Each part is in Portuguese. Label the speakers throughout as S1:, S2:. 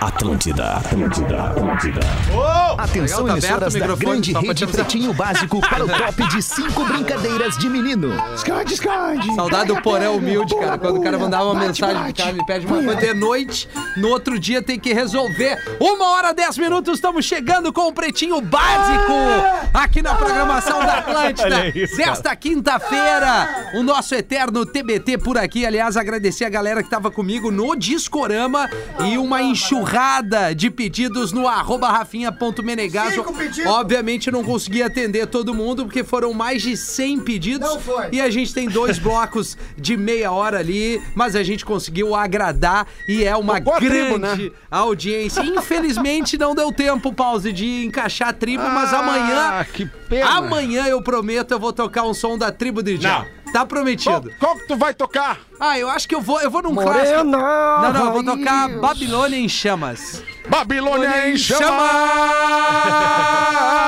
S1: Atlântida, Atlântida, Atlântida. Atenção,
S2: Legal, tá aberto
S1: emissoras
S2: o
S1: da
S2: microfone, só
S1: grande
S2: pra te
S1: rede
S2: avisar.
S1: Pretinho Básico para o top de cinco brincadeiras de menino.
S3: Esconde, esconde.
S2: Saudade do
S3: Pega,
S2: porão
S3: pega,
S2: humilde,
S3: pula,
S2: cara. Quando o cara
S3: pula,
S2: mandava uma
S3: bate,
S2: mensagem pro
S3: bate.
S2: cara, me pede uma
S3: Pula.
S2: coisa de noite, no outro dia tem que resolver. Uma hora, dez minutos, estamos chegando com o Pretinho Básico
S3: Ah!
S2: aqui na programação da Atlântida.
S4: Olha isso, cara.
S2: Desta quinta-feira, o nosso eterno TBT por aqui. Aliás, agradecer a galera que estava comigo no Discorama e uma enxurrada de pedidos no arroba rafinha.menegaso.
S5: Cinco pedidos.
S2: Obviamente, eu não consegui atender todo mundo, porque foram mais de 100 pedidos.
S5: Não foi.
S2: E a gente tem dois blocos de meia hora ali, mas a gente conseguiu agradar e é uma
S3: Boa
S2: grande
S3: tribo, né?
S2: audiência. Infelizmente não deu tempo, pause, de encaixar a tribo, mas
S3: Ah,
S2: amanhã.
S3: que pena.
S2: Amanhã eu prometo, eu vou tocar um som da tribo de Jam. Tá
S3: Qual,
S2: prometido.
S3: qual que tu vai tocar?
S2: Ah, eu acho que eu vou, eu vou num clássico.
S3: Morena,
S2: Não, não, eu vou
S3: raiz.
S2: tocar Babilônia em Chamas.
S3: Babilônia em chama.
S2: Chamas!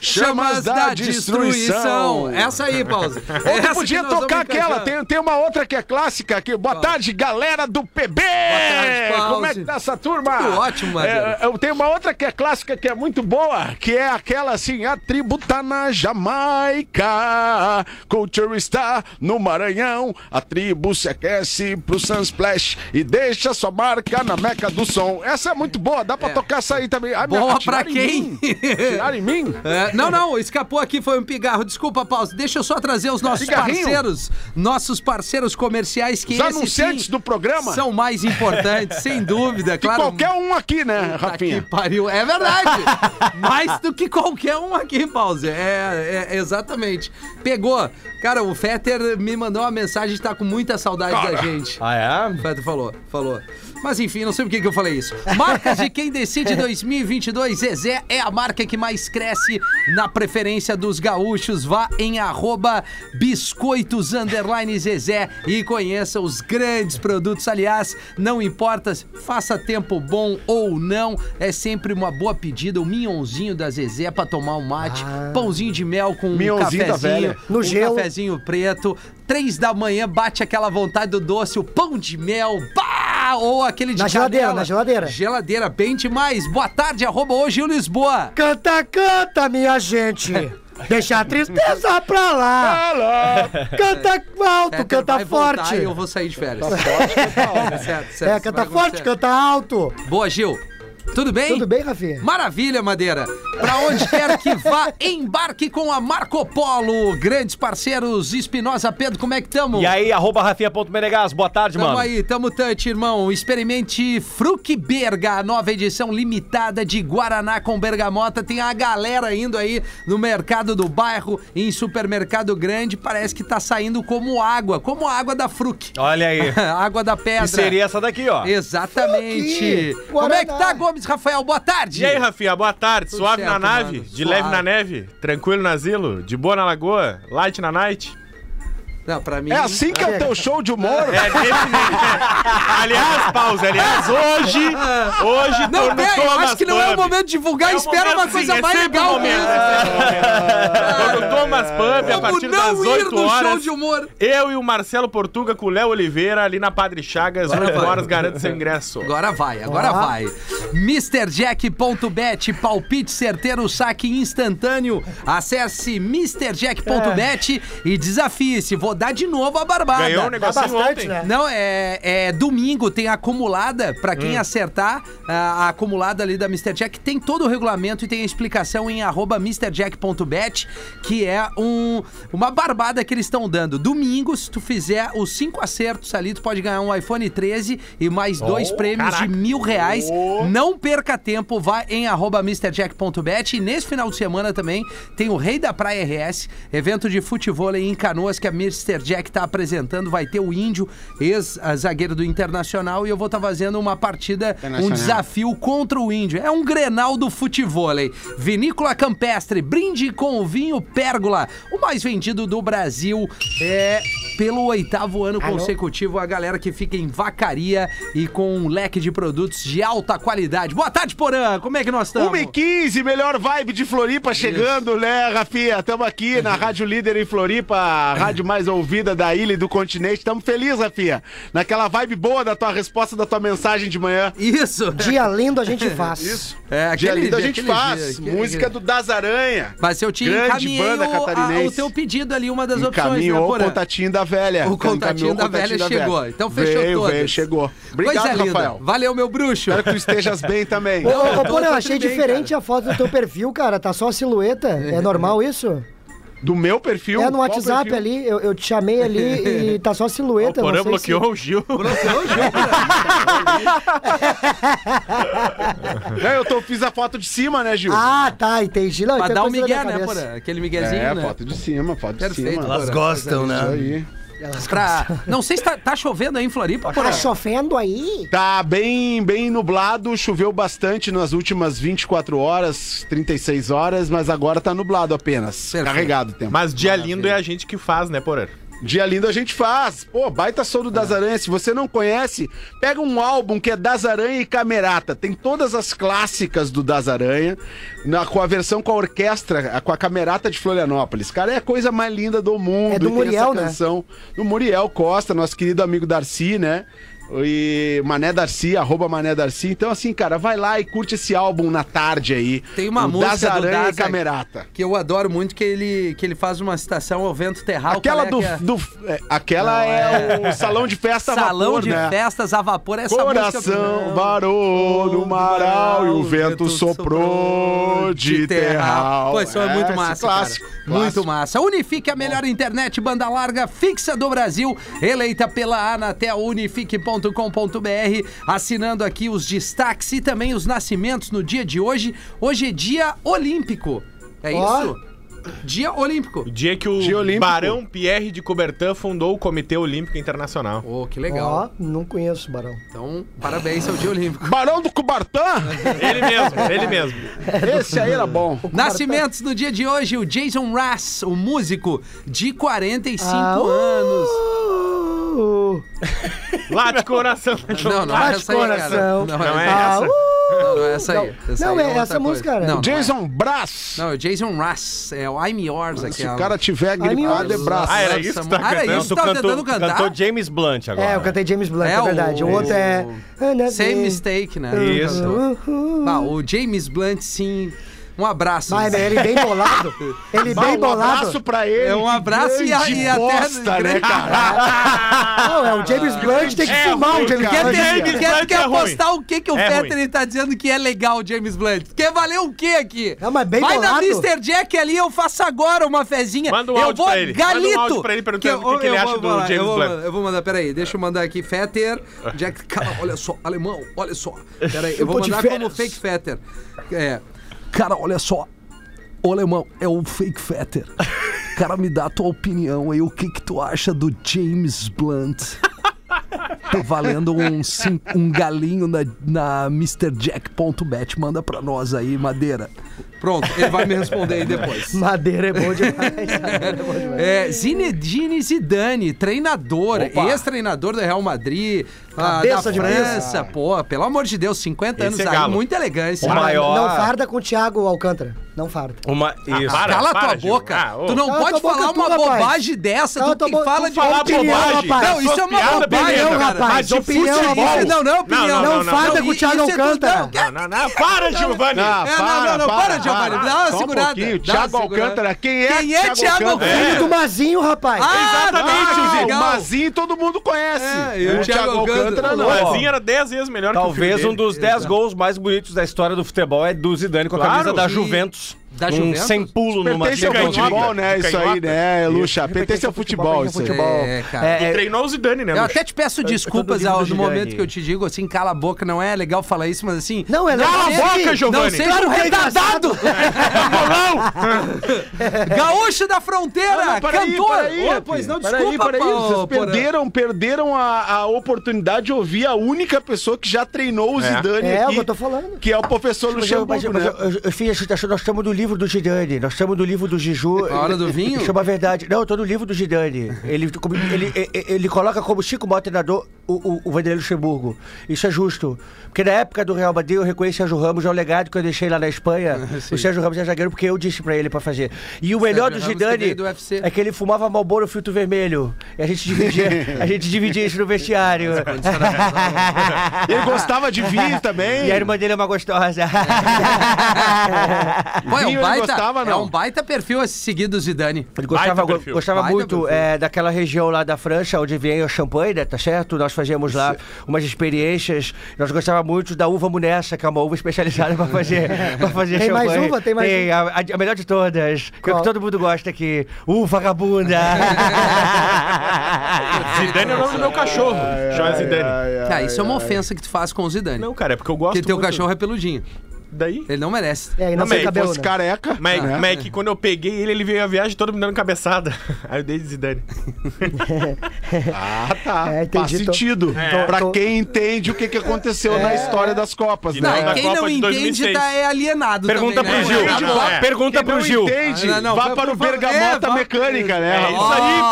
S3: Chamas da destruição.
S2: Essa aí, Pause.
S3: Ou
S2: Essa que
S3: tu podia
S2: nós vamos
S3: tocar aquela,
S2: encaixar.
S3: tem, tem uma outra que é clássica aqui. Boa tarde, galera do PB!
S2: tarde, Pause.
S3: Como é que tá essa turma?
S2: Tudo ótimo, Madeira.
S3: É, eu tenho uma outra que é clássica, que é muito boa, que é aquela assim, a tribo tá na Jamaica, culture está no Maranhão, a tribo se aquece pro Sunsplash e deixa sua marca na meca do som. Essa é muito boa, dá pra tocar essa aí também. Ai, me
S2: Boa
S3: atiraram
S2: pra
S3: em
S2: quem?
S3: mim. Atiraram em mim?
S2: É, não, não, escapou aqui, foi um pigarro. Desculpa, Paulo. Deixa eu só trazer os nossos
S3: Pigarrinho.
S2: parceiros, nossos parceiros comerciais que
S3: Os
S2: esses,
S3: anunciantes
S2: sim,
S3: do programa.
S2: são mais importantes, sem dúvida.
S3: Que
S2: claro,
S3: qualquer um aqui, né,
S2: Puta que
S3: Rafinha?
S2: pariu. É verdade. Mais do que qualquer um aqui, Pause. É, é, exatamente. Pegou. Cara, o Fetter me mandou uma mensagem, tá com muita saudade da gente.
S4: Ah, é?
S2: O Fetter falou, falou. Mas enfim, não sei por que que eu falei isso. Marcas de quem decide 2022. Zezé é a marca que mais cresce na preferência dos gaúchos. Vá em arroba biscoitos underline Zezé e conheça os grandes produtos. Aliás, não importa, se faça tempo bom ou não, é sempre uma boa pedida. O minhãozinho da Zezé pra tomar um mate, pãozinho de mel com um
S3: Minhãozinho Ah. da
S2: cafezinho,
S3: velha.
S5: No
S2: um
S5: gelo.
S2: cafezinho preto. Três da manhã bate aquela vontade do doce, o pão de mel, pá! Ou aquele de
S5: Na geladeira,
S2: canela.
S5: na geladeira.
S2: Geladeira, bem demais. Boa tarde, arroba hoje o Lisboa.
S5: Canta, canta, minha gente. Deixa a tristeza pra lá. Canta alto,
S2: Peter,
S5: canta
S2: vai voltar
S5: forte. Tá
S2: e eu vou sair de férias. Certo, certo,
S5: É,
S2: isso
S5: canta
S2: vai
S5: forte,
S2: acontecer.
S5: canta alto.
S2: Boa, Gil. Tudo bem?
S5: Tudo bem, Rafinha?
S2: Maravilha, Madeira. Pra onde quer que vá, embarque com a Marco Polo. Grandes parceiros, Espinosa Pedro, como é que tamo?
S4: E aí, arroba rafinha.menegas, boa tarde,
S2: Tamo
S4: mano.
S2: aí, tamo touch, irmão. Experimente Frucberga, a nova edição limitada de Guaraná com Bergamota. Tem a galera indo aí no mercado do bairro, em supermercado grande. Parece que tá saindo como água, como a água da Fruc.
S4: Olha aí.
S2: água da pedra.
S4: E seria essa daqui, ó.
S2: Exatamente.
S5: Fruc,
S2: Como é que
S5: Guaraná.
S2: tá, Gomes Rafael? Boa tarde.
S6: E aí, Rafinha, boa tarde.
S2: Tudo
S6: Suave
S2: certo,
S6: na nave,
S2: mano.
S6: de leve
S2: Suave.
S6: na neve, tranquilo no asilo, de boa na lagoa, light na night.
S2: Não, pra mim...
S3: É assim que é o teu show de humor?
S6: É desse nível. aliás, pausa, aliás, hoje, hoje
S2: Não,
S6: tô no
S2: pera, eu
S6: Thomas
S2: acho que não é o
S6: Pub.
S2: momento de divulgar.
S6: É o
S2: Espera uma
S6: momento,
S2: coisa
S6: sim, é
S2: mais
S6: sempre
S2: legal.
S6: o momento,
S2: mesmo.
S6: Tô no Thomas Pub a
S2: Como
S6: partir das
S2: não ir no
S6: 8
S2: show
S6: horas.
S2: de um- humor?
S6: Eu e o Marcelo Portuga com o Léo Oliveira ali na Padre Chagas, 8
S2: vai.
S6: horas, garanto seu ingresso.
S2: Agora vai,
S6: Ah.
S2: agora
S5: Ó.
S2: vai. MrJack.bet, palpite certeiro, saque instantâneo. Acesse MrJack.bet e desafie-se. Vou dar de novo a barbada.
S6: Ganhou um
S5: Dá
S2: assim
S6: negocinho
S5: bastante,
S6: ontem.
S5: né?
S2: Não, é, é domingo, tem a acumulada, pra quem acertar a, a acumulada ali da Mr. Jack, tem todo o regulamento e tem a explicação em arroba mrjack.bet, que é um, uma barbada que eles estão dando. Domingo, se tu fizer os cinco acertos ali, tu pode ganhar um iPhone 13 e mais dois prêmios
S6: caraca.
S2: de mil reais. Não perca tempo, vá em arroba mrjack.bet e nesse final de semana também tem o Rei da Praia RS, evento de futebol em Canoas que a Mr. Jack tá apresentando, vai ter o Índio, ex-zagueiro do Internacional e eu vou estar fazendo uma partida, um desafio contra o Índio. É um Grenal do futebol. Vinícola Campestre, brinde com o vinho Pérgola, o mais vendido do Brasil. É pelo oitavo ano
S5: Alô?
S2: consecutivo a galera que fica em vacaria e com um leque de produtos de alta qualidade. Boa tarde, Porã! Como é que nós estamos?
S3: 1 e 15 melhor vibe de Floripa chegando, né, Rafinha? Estamos aqui na Rádio Líder em Floripa, a rádio mais ouvida da ilha e do continente. Estamos felizes, Rafinha. Naquela vibe boa da tua resposta, da tua mensagem de manhã.
S2: Isso!
S5: Dia lindo a gente faz. Isso.
S2: É,
S3: Dia lindo a gente
S2: aquele
S3: faz.
S2: dia, aquele
S3: Música
S2: dia.
S3: do Das Aranha.
S2: Mas eu te
S3: Grande
S2: encaminhei
S3: banda
S2: o- a-
S3: catarinense.
S2: o teu pedido ali, uma das opções, né,
S3: Encaminhou o
S2: Porã?
S3: contatinho da velha.
S2: O contatinho
S3: Encaminhou
S2: da velha chegou. Então fechou
S3: veio,
S2: todas.
S3: Veio, chegou. Obrigado,
S2: Coisa linda.
S3: Rafael.
S2: Valeu, meu bruxo.
S3: Espero que tu estejas bem também.
S5: Ô,
S2: Não,
S5: ô,
S2: tô-
S5: Porã, eu
S2: tô
S5: achei
S2: tudo bem,
S5: diferente a foto do teu perfil, cara. Tá só a silhueta. É normal isso?
S3: Do meu perfil.
S5: é no
S3: qual
S5: WhatsApp
S3: perfil?
S5: ali. Eu, eu te chamei ali e tá só a silhueta.
S6: O Porã
S5: não sei
S6: bloqueou o Gil.
S3: Não, É, eu tô, fiz a foto de cima, né, Gil?
S5: Se... Ah, tá, entendi. Não,
S2: Pra
S5: então
S2: dar um
S5: coisa da minha
S2: migué, né,
S5: cabeça.
S2: Porã? Aquele miguezinho,
S3: é,
S2: né?
S3: foto de cima, foto de
S2: Perfeito.
S3: cima.
S2: Elas
S7: gostam,
S3: Isso aí.
S2: Pra... Não sei se tá, tá chovendo aí em Floripa, Porã.
S5: Tá chovendo aí?
S3: Tá bem, bem nublado, choveu bastante nas últimas 24 horas, 36 horas, mas agora tá nublado apenas.
S2: Perfeito.
S3: Carregado o tempo.
S6: Mas dia lindo é a gente que faz, né, Porã?
S3: Dia lindo a gente faz. Pô, baita soro das
S2: É.
S3: aranhas. Se você não conhece, pega um álbum que é Das Aranha e Camerata. Tem todas as clássicas do Das Aranha, na, com a versão com a orquestra, a- com a Camerata de Florianópolis. Cara, é a coisa mais linda do mundo.
S5: É do
S3: E tem
S5: Muriel, né?
S3: canção do Muriel Costa, nosso querido amigo Darcy, né? E Mané Darcy, arroba Mané Darcy. Então, assim, cara, vai lá e curte esse álbum na tarde aí.
S2: Tem uma
S3: O Das
S2: música do
S3: Aranha
S2: Das
S3: e Camerata.
S2: Que eu adoro muito, que ele, que ele faz uma citação ao vento terral.
S3: Aquela
S2: qual
S3: do.
S2: é que é?
S3: do é, aquela é, o salão de festa a
S2: Salão
S3: vapor,
S2: de
S3: né?
S2: festas a vapor. Essa música...
S3: Coração varou no maral e o vento soprou de terral.
S2: Pô, isso é, muito
S3: esse
S2: massa,
S3: Clássico.
S2: cara.
S3: clássico.
S2: Muito massa. Unifique a melhor internet banda larga fixa do Brasil, eleita pela Anatel unifique.com.br, assinando aqui os destaques e também os nascimentos no dia de hoje. Hoje é dia olímpico. É
S5: Ó.
S2: isso? Dia olímpico.
S6: O dia que o
S3: Dia olímpico.
S6: Barão Pierre de Coubertin fundou o Comitê Olímpico Internacional.
S2: Oh, que
S5: Ó,
S2: legal.
S5: não conheço, Barão.
S2: Então, parabéns ao dia olímpico.
S3: Barão do Cubartã?
S6: Ele mesmo, ele mesmo.
S3: Esse aí era bom.
S5: tá-
S2: é. Nascimentos no dia de hoje, o Jason Russ, o músico de 45
S5: Ah, uh!
S2: anos.
S5: Uh,
S6: Lá de coração. Ah,
S2: Não, não é
S5: Bate
S2: essa aí, cara.
S5: coração. Ah, uh.
S6: Não é
S2: essa. Não,
S6: essa.
S2: não é essa aí.
S5: Não,
S2: aí
S5: é
S2: outra
S5: essa música,
S2: coisa.
S5: né?
S2: Não, Jason...
S3: Jason Brás.
S2: não, é o Jason Russ, é o I'm Yours aqui.
S3: Se o cara tiver gripado, é braço.
S6: Ah, era isso que tu tá
S2: Ah, era
S6: cantando?
S2: isso que tu tava tentando cantar?
S4: Cantou James Blunt agora.
S5: é, eu cantei James Blunt,
S2: É
S5: é,
S2: o-
S5: verdade. O outro é... Uh-huh.
S2: Same Mistake, né?
S6: Isso.
S2: Ah, o James Blunt, sim. Um abraço.
S5: Vai, né? Ele bem bolado. Ele
S3: Bah,
S5: bem
S3: um abraço
S5: bolado.
S3: pra ele.
S2: É um abraço e a-
S3: grande
S2: e até-
S3: bosta, né,
S2: grande-
S3: cara?
S5: Não, é o James Blunt, tem que
S6: É
S5: fumar
S6: ruim,
S5: o James
S6: cara.
S2: Quer,
S5: Blunt.
S2: ter,
S6: James
S2: quer,
S6: Blunt
S2: quer
S6: é ruim.
S2: apertar o que, que o
S6: É ruim.
S2: Petter tá dizendo que é legal, James Blunt? Quer valer o que aqui?
S5: Não, mas bem
S2: Vai
S5: bolado.
S2: na Mr. Jack ali, eu faço agora uma fezinha.
S6: Manda um
S2: eu
S6: áudio
S2: vou
S6: pra ele.
S2: galito.
S6: Manda um áudio pra ele perguntando
S2: eu-
S6: o que que ele
S2: eu
S6: acha
S2: vou
S6: do
S2: falar, eu
S6: James
S2: vou
S6: Blunt.
S2: mandar, Eu vou mandar, peraí, deixa eu mandar aqui, Fetter, Jack, cara, olha só, alemão, olha só. Peraí, eu vou
S5: tô de
S2: mandar
S5: férias.
S2: como fake Fetter. É, cara, olha só, Ô, alemão, é o fake Fetter. Cara, me dá a tua opinião aí. O que que tu acha do James Blunt? Tá valendo um, sim- um galinho na, na MrJack.bet. Manda pra nós aí, Madeira. Pronto, ele vai me responder aí depois.
S5: Madeira é bom demais.
S2: É, Zinedine Zidane, treinador, ex-treinador do Real Madrid, ah, da
S5: Cabeça de
S2: França. Pô, pelo amor de Deus, 50
S6: Esse
S2: anos
S6: é
S2: aí,
S6: galo.
S2: muita elegância.
S4: O maior.
S5: Não farda com o Thiago Alcântara. Não farda.
S4: Uma... Isso.
S6: para.
S2: Cala tua
S6: Gil.
S2: boca.
S6: Ah, ô.
S2: tu não
S5: Cala tua
S2: pode
S5: boca
S2: falar
S5: tu,
S2: uma
S5: rapaz.
S2: bobagem dessa.
S5: Cala
S2: tu
S5: tua
S2: quem
S5: bo-
S2: fala
S5: tu
S2: de
S5: fala
S2: opinião,
S5: bobagem.
S2: rapaz. Não,
S5: Suas
S2: isso é uma
S6: piadas,
S2: bobagem,
S6: beleza,
S2: cara.
S5: rapaz.
S2: Mas de
S5: Opinião,
S2: futebol-
S5: rapaz.
S2: Não, não, é opinião.
S6: Não, não, não,
S5: farda com o
S2: isso
S5: Thiago
S2: é dos-
S5: Alcântara.
S2: não,
S6: Não, não, não. Para, Giovanni.
S3: Ah,
S2: É, não, não, não, para, Giovanni, dá uma
S3: Só um
S2: segurada,
S3: pouquinho.
S2: dá uma
S3: Thiago
S2: segurada.
S3: Alcântara. Quem é
S2: Quem é Thiago
S3: Alcântara?
S5: Filho do Mazinho, rapaz.
S2: Ah,
S6: Exatamente,
S2: tá,
S6: o
S3: Ah, o
S2: legal.
S3: Mazinho todo mundo conhece.
S2: É, e o Thiago Alcântara, é
S3: não.
S4: Ó,
S6: Mazinho era 10 vezes melhor
S4: Talvez
S6: que o
S4: um
S6: filho dele.
S4: dos 10 gols mais bonitos da história do futebol é do Zidane com a
S6: Claro.
S4: camisa da
S6: E-
S4: Juventus.
S2: da
S4: um
S2: Juventus?
S4: sem pulo numa
S3: Pertence ao
S6: Dica aí, dica.
S3: futebol, né?
S6: Dica
S3: Isso
S6: aí,
S3: aí,
S6: nota.
S3: né, Luxa? Pertence ao futebol,
S5: pertence
S3: isso
S5: ao
S3: aí.
S5: futebol.
S2: É, cara.
S4: É,
S6: Tu treinou o Zidane, né,
S2: Eu
S6: Luxa?
S2: até te peço desculpas
S4: livro
S2: ao,
S4: do
S2: no momento
S4: Gigante.
S2: que eu te digo, assim, cala a boca, não é legal falar isso, mas assim...
S5: Não, é
S6: Cala
S5: legal.
S6: a boca,
S2: Não
S6: Giovanni.
S2: seja um
S5: que é
S2: retardado! Gaúcho da Fronteira,
S3: Não, não, peraí,
S2: cantor!
S3: peraí,
S2: Ô, pois não,
S3: peraí,
S2: desculpa,
S3: peraí,
S2: pô,
S3: Vocês
S2: Porã.
S3: perderam, perderam a, a oportunidade de ouvir a única pessoa que já treinou o
S6: É.
S3: Zidane
S5: É, é o
S3: aqui,
S5: que eu tô falando.
S3: que é o professor
S7: Mas eu, mas eu,
S3: Luxemburgo,
S7: mas
S3: né?
S2: um
S7: eu, eu, eu fiz a citação, nós estamos do livro livro do Gidani. Nós estamos no livro do Juju.
S2: É A Hora do Vinho?
S7: Chama a verdade. Não, eu tô no livro do Gidani. Ele, ele, ele, ele coloca como Chico Mó treinador o, o, o Vanderlei Luxemburgo. Isso é justo. Porque na época do Real Madrid eu reconheci Sérgio Ramos, é um legado que eu deixei lá na Espanha. o Sérgio Ramos é zagueiro porque eu disse pra ele pra fazer. E o melhor do
S2: Ramos que
S7: Gidani
S2: veio do UFC.
S7: é que ele fumava Malboro filtro vermelho. E a gente dividia, a gente dividia isso no vestiário.
S6: Ele gostava de vinho também.
S7: E a irmã dele é uma gostosa.
S2: Pô, é
S6: Vinho
S2: um
S6: ele
S2: baita,
S6: gostava,
S2: é
S6: não?
S2: um baita perfil a se seguir do Zidane.
S7: Ele gostava,
S6: Baita perfil.
S7: gostava
S2: Baita
S7: muito
S2: perfil.
S7: é, daquela região lá da França, onde vem o champanhe, né, tá certo? Nós fazíamos lá umas experiências. Nós gostávamos muito da uva munessa, que é uma uva especializada pra fazer, pra fazer
S5: Tem mais
S7: champanhe.
S5: uva? Tem mais
S7: a, a- a melhor de todas, que é
S5: Qual?
S7: o que todo mundo gosta aqui. Uva vagabunda!
S6: Zidane é o nome do meu cachorro.
S3: É,
S6: Chama Zidane.
S2: Ah, isso é uma ofensa que tu faz com o Zidane.
S6: Não,
S2: Porque
S6: cara, é porque eu gosto
S2: teu
S6: muito
S2: cachorro é peludinho.
S6: daí.
S2: Ele não merece.
S5: É, e não
S6: Também,
S5: tem cabelo.
S3: fosse
S5: né?
S3: careca.
S6: Mas, mas é que quando eu peguei ele, ele veio a viagem todo me dando cabeçada. Aí eu dei de Zidane.
S3: Ah, tá.
S5: É,
S3: Faz
S5: entendi, tô-
S3: sentido.
S5: tô-
S3: Pra
S5: tô-
S3: quem entende o que, que aconteceu na história das Copas,
S2: Não,
S3: né?
S6: na
S2: e quem
S6: Copa
S2: não
S6: de
S2: entende
S6: 2006.
S2: tá é alienado
S4: Pergunta
S2: também,
S4: pro
S2: né?
S4: Gil.
S2: Não, não,
S4: Tá,
S2: é.
S4: Pergunta pro
S3: Quem
S4: Gil.
S3: não entende,
S2: Ah, não, não,
S3: vá
S2: foi-
S3: para o
S2: foi-
S3: Bergamota
S2: é, vá-
S3: Mecânica, né?
S4: É
S3: rapaz?
S4: isso aí,
S2: Ah,